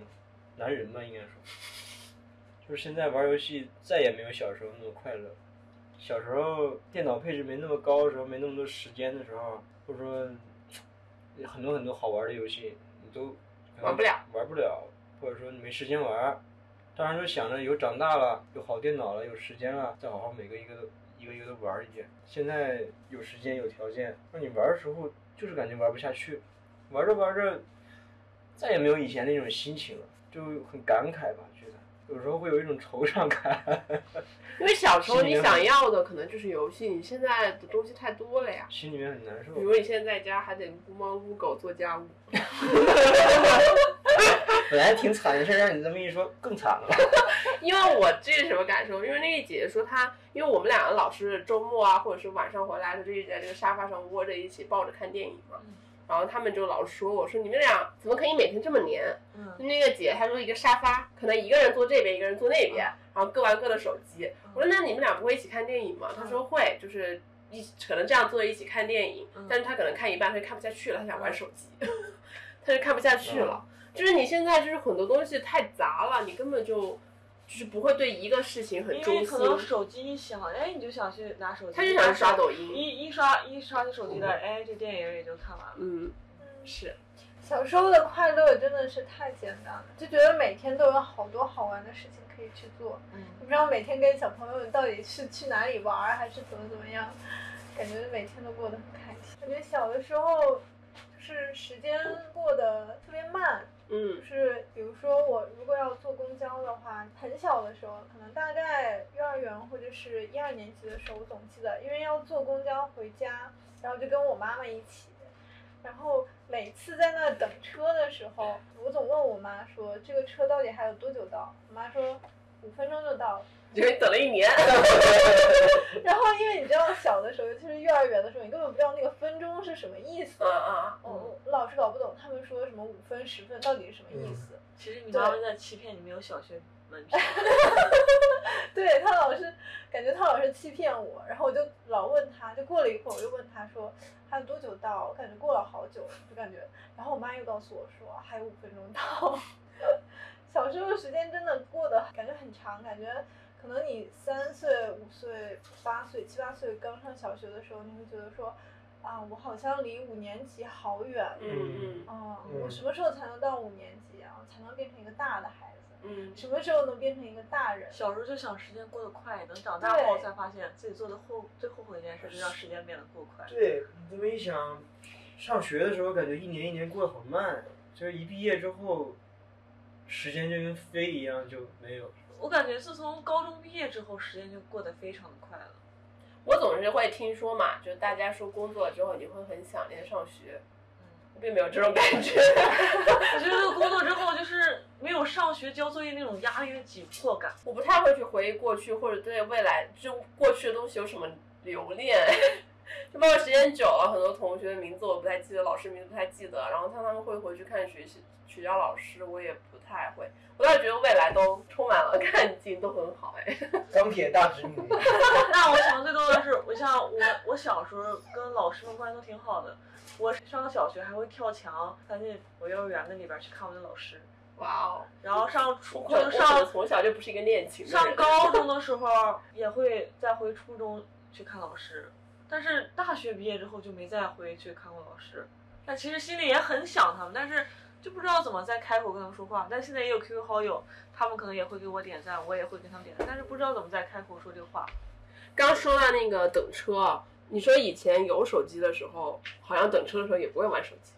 B: 男人吧应该说，就是现在玩游戏再也没有小时候那么快乐。小时候电脑配置没那么高的时候，没那么多时间的时候，或者说很多很多好玩的游戏你都可能
A: 玩不了，
B: 玩不了，或者说你没时间玩。当时就想着有长大了，有好电脑了，有时间了，再好好每个一个一个一个的玩一遍。现在有时间有条件，那你玩的时候就是感觉玩不下去，玩着玩着，再也没有以前那种心情了，就很感慨吧，觉得有时候会有一种惆怅感。
A: 因为小时候
B: 是
A: 你
B: 你
A: 想要的可能就是游戏，你现在的东西太多了呀。
B: 心里面很难受
A: 比。如你现在在家还得撸猫撸狗做家务，
B: 本来挺惨的事儿，让你这么一说更惨了。
A: 因为我这是什么感受？因为那个姐姐说她，因为我们两个老是周末啊，或者是晚上回来的时候，就一直在这个沙发上窝着一起抱着看电影嘛
C: 嗯。
A: 然后他们就老说我说你们俩怎么可以每天这么黏？
C: 嗯，
A: 那个姐她说一个沙发，可能一个人坐这边，一个人坐那边，
C: 嗯
A: 然后各玩各的手机。我说那你们俩不会一起看电影吗？她说会，就是一可能这样坐一起看电影
C: 嗯，
A: 但是她可能看一半她就看不下去了，她想玩手机， 她就看
C: 嗯
A: 不下去了。就是你现在就是很多东西太杂了，你根本就就是不会对一个事情很
C: 因
A: 忠
C: 为可能
A: 心，
C: 手机一响，哎，你就想去拿手机，
A: 她就想刷抖
C: 一
A: 音。
C: 一刷一刷起手机来，哎，这电影也就看完了。
A: 嗯，
D: 嗯
A: 是，
D: 小时候的快乐真的是太简单了，就觉得每天都有好多好玩的事情可以去做，
C: 嗯，
D: 不知道每天跟小朋友到底是去哪里玩儿，还是怎么怎么样，感觉每天都过得很开心。我觉得小的时候就是时间过得特别慢，就
A: 嗯
D: 是比如说我如果要坐公交的话，很小的时候，可能大概幼儿园或者是一二年级的时候，我总记得，因为要坐公交回家，然后就跟我妈妈一起，然后每次在那等车的时候，我总问我妈说这个车到底还有多久到？我妈说五分钟就到了。
A: 因为等了一年，
D: 然后因为你知道小的时候，尤其是幼儿园的时候，你根本不知道那个分钟是什么意思
A: 嗯，嗯，
D: 我我老是搞不懂他们说什么五分十分到底是什么意思。
C: 其实你
D: 对
C: 妈妈在欺骗你没有小学文凭。
D: 对他老是感觉他老是欺骗我，然后我就老问他，就过了一会儿我就问他说还有多久到？我感觉过了好久，就感觉，然后我妈又告诉我说还有五分钟到。 小时候时间真的过得感觉很长，感觉可能你三岁、五岁、八岁、七八岁刚上小学的时候，你会觉得说啊，我好像离五年级好远，
A: 嗯嗯
D: 嗯，
F: 嗯
D: 我什么时候才能到五年级啊？我才能变成一个大的孩子？
A: 嗯，
D: 什么时候能变成一个大人？
C: 小时候就想时间过得快，等长大后才发现自己做的后最后悔的一件事，就让时间变得过 快。
B: 对你这么一想，上学的时候感觉一年一年过得好慢，就是一毕业之后，时间就跟飞一样就没有。
C: 我感觉自从高中毕业之后，时间就过得非常的快了。
A: 我总是会听说嘛，就是大家说工作之后你会很想念上学，我并没有这种感觉。
C: 我觉得工作之后就是没有上学交作业那种压力的紧迫感。
A: 我不太会去回忆过去，或者对未来就过去的东西有什么留恋。 就包括时间久了，很多同学的名字我不太记得，老师名字不太记得，然后像他们会回去看学习学校老师，我也不太会。我倒是觉得未来都充满了 干劲，都很好哎。
F: 钢铁大 直女，
C: 那我想最多的是，我像我我小时候跟老师们关系都挺好的，我上小学还会跳墙钻进我幼儿园那里边去看我的老师，
A: 哇哦！
C: 然后上初
A: 我
C: 就
A: 我可能
C: 上
A: 从小就不是一个恋情的人
C: 上高中的时候也会再回初中去看老师，但是大学毕业之后就没再回去看过老师。但其实心里也很想他们，但是就不知道怎么再开口跟他们说话。但现在也有 QQ 好友，他们可能也会给我点赞，我也会跟他们点赞，但是不知道怎么再开口说这个话。
A: 刚说到那个等车啊，你说以前有手机的时候，好像等车的时候也不会玩手机。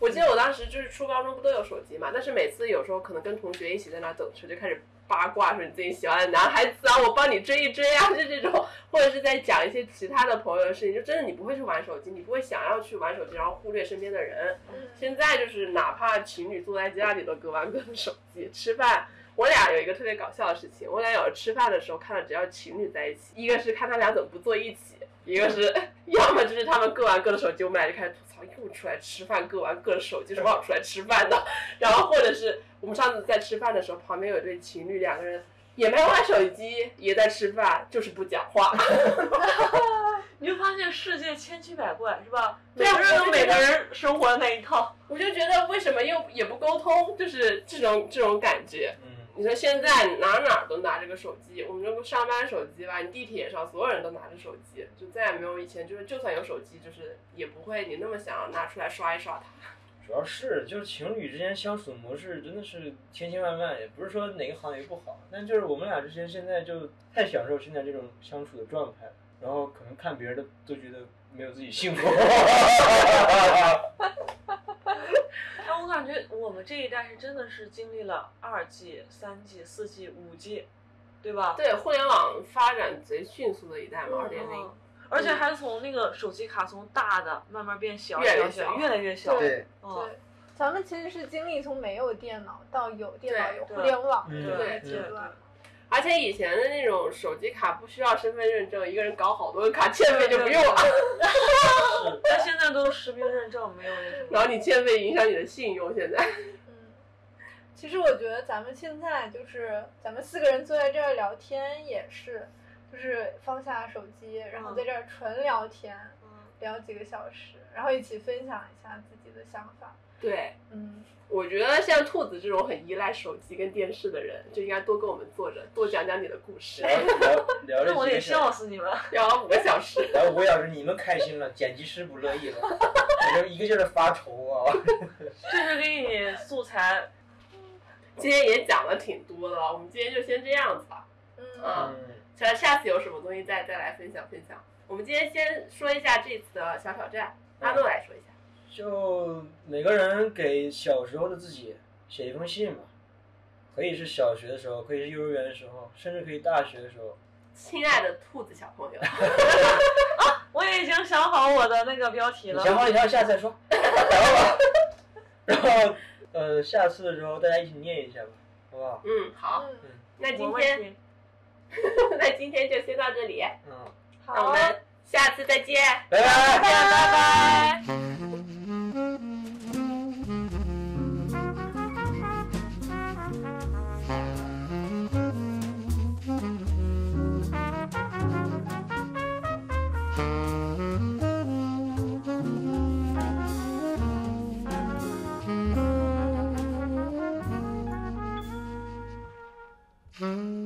A: 我记得我当时就是初高中不都有手机嘛，但是每次有时候可能跟同学一起在那等车，就开始八卦说你自己喜欢的男孩子啊，我帮你追一追啊，就这种，或者是在讲一些其他的朋友的事情，就真的你不会去玩手机，你不会想要去玩手机，然后忽略身边的人。
D: 嗯
A: 现在就是哪怕情侣坐在家里都各玩各的手机，吃饭我俩有一个特别搞笑的事情，我俩有吃饭的时候看到只要情侣在一起，一个是看他俩怎么不坐一起，一个是 要么就是他们各玩各的手机，我们俩就开始吐槽，又出来吃饭，各玩各的手机，什么好出来吃饭的？然后或者是我们上次在吃饭的时候，旁边有一对情侣，两个人也没玩手机，也在吃饭，就是不讲话。
C: 你就发现世界千奇百怪，是吧？每
A: 对啊
C: 个人有每个人生活的那一 套。
A: 我就觉得为什么又也不沟通，就是这种这种感觉。
B: 嗯，
A: 你说现在哪哪都拿这个手机，我们就上班手机吧，你地铁上所有人都拿着手机，就再也没有以前就是就算有手机，就是也不会你那么想要拿出来刷一刷它。
B: 主要是就是情侣之间相处模式真的是千千万万，也不是说哪个行业不好，但就是我们俩之间现在就太享受现在这种相处的状态，然后可能看别人的都觉得没有自己幸 福。
C: 哎，我感觉我们这一代是真的是经历了二 G、三 G、四 G、五 G，对吧？
A: 对，互联网发展贼迅速的一代嘛，二点零
C: 嗯，而且还是从那个手机卡从大的慢慢变小，
A: 越来越
C: 小
A: 小
C: 越来越小。
F: 对，
C: 嗯，
D: 对，咱们其实是经历从没有电脑到有电脑、
A: 对
D: 有互
C: 对
D: 联网
B: 嗯
D: 这个
C: 对
D: 阶
C: 对
D: 段。
A: 而且以前的那种手机卡不需要身份认证，一个人搞好多个卡，欠费就不用了，
C: 但现在都实名认证，没有那什么。
A: 然后你欠费影响你的信用。现在
D: 嗯，其实我觉得咱们现在就是咱们四个人坐在这儿聊天也是，就是放下手机，然后
C: 嗯
D: 在这儿纯聊天，
C: 嗯
D: 聊几个小时，然后一起分享一下自己的想法。
A: 对。
D: 嗯，
A: 我觉得像兔子这种很依赖手机跟电视的人，就应该多跟我们坐着，多讲讲你的故事，
B: 聊聊
C: 那
B: 聊
C: 我
B: 这些
C: 得
B: 事儿
C: 笑，死你们！
A: 聊了五个小时。
B: 聊五个小时，你们开心了，剪辑师不乐意了，我就一个劲儿的发愁啊。
C: 这是给你素材，
A: 今天也讲了挺多的了，我们今天就先这样子吧。
D: 嗯，
A: 嗯，下下次有什么东西再再来分享分享。我们今天先说一下这次的小挑战，阿诺来说一下。
B: 就每个人给小时候的自己写一封信吧，可以是小学的时候，可以是幼儿园的时候，甚至可以大学的时候。
A: 亲爱的兔子小朋 友，
C: 我已经想好我的那个标题
B: 你
C: 了。
B: 想好你想下次再说， 然后呃，下次的时候大家一起念一下吧，好不好？
A: 嗯，好，
D: 嗯
A: 那今
C: 我问
A: 天
C: 题
A: 那今天就先到这里，
B: 嗯，
A: 那我
D: 好，
A: 们下次再见，
B: 拜拜。
A: 再见，拜拜。
G: Mm-hmm.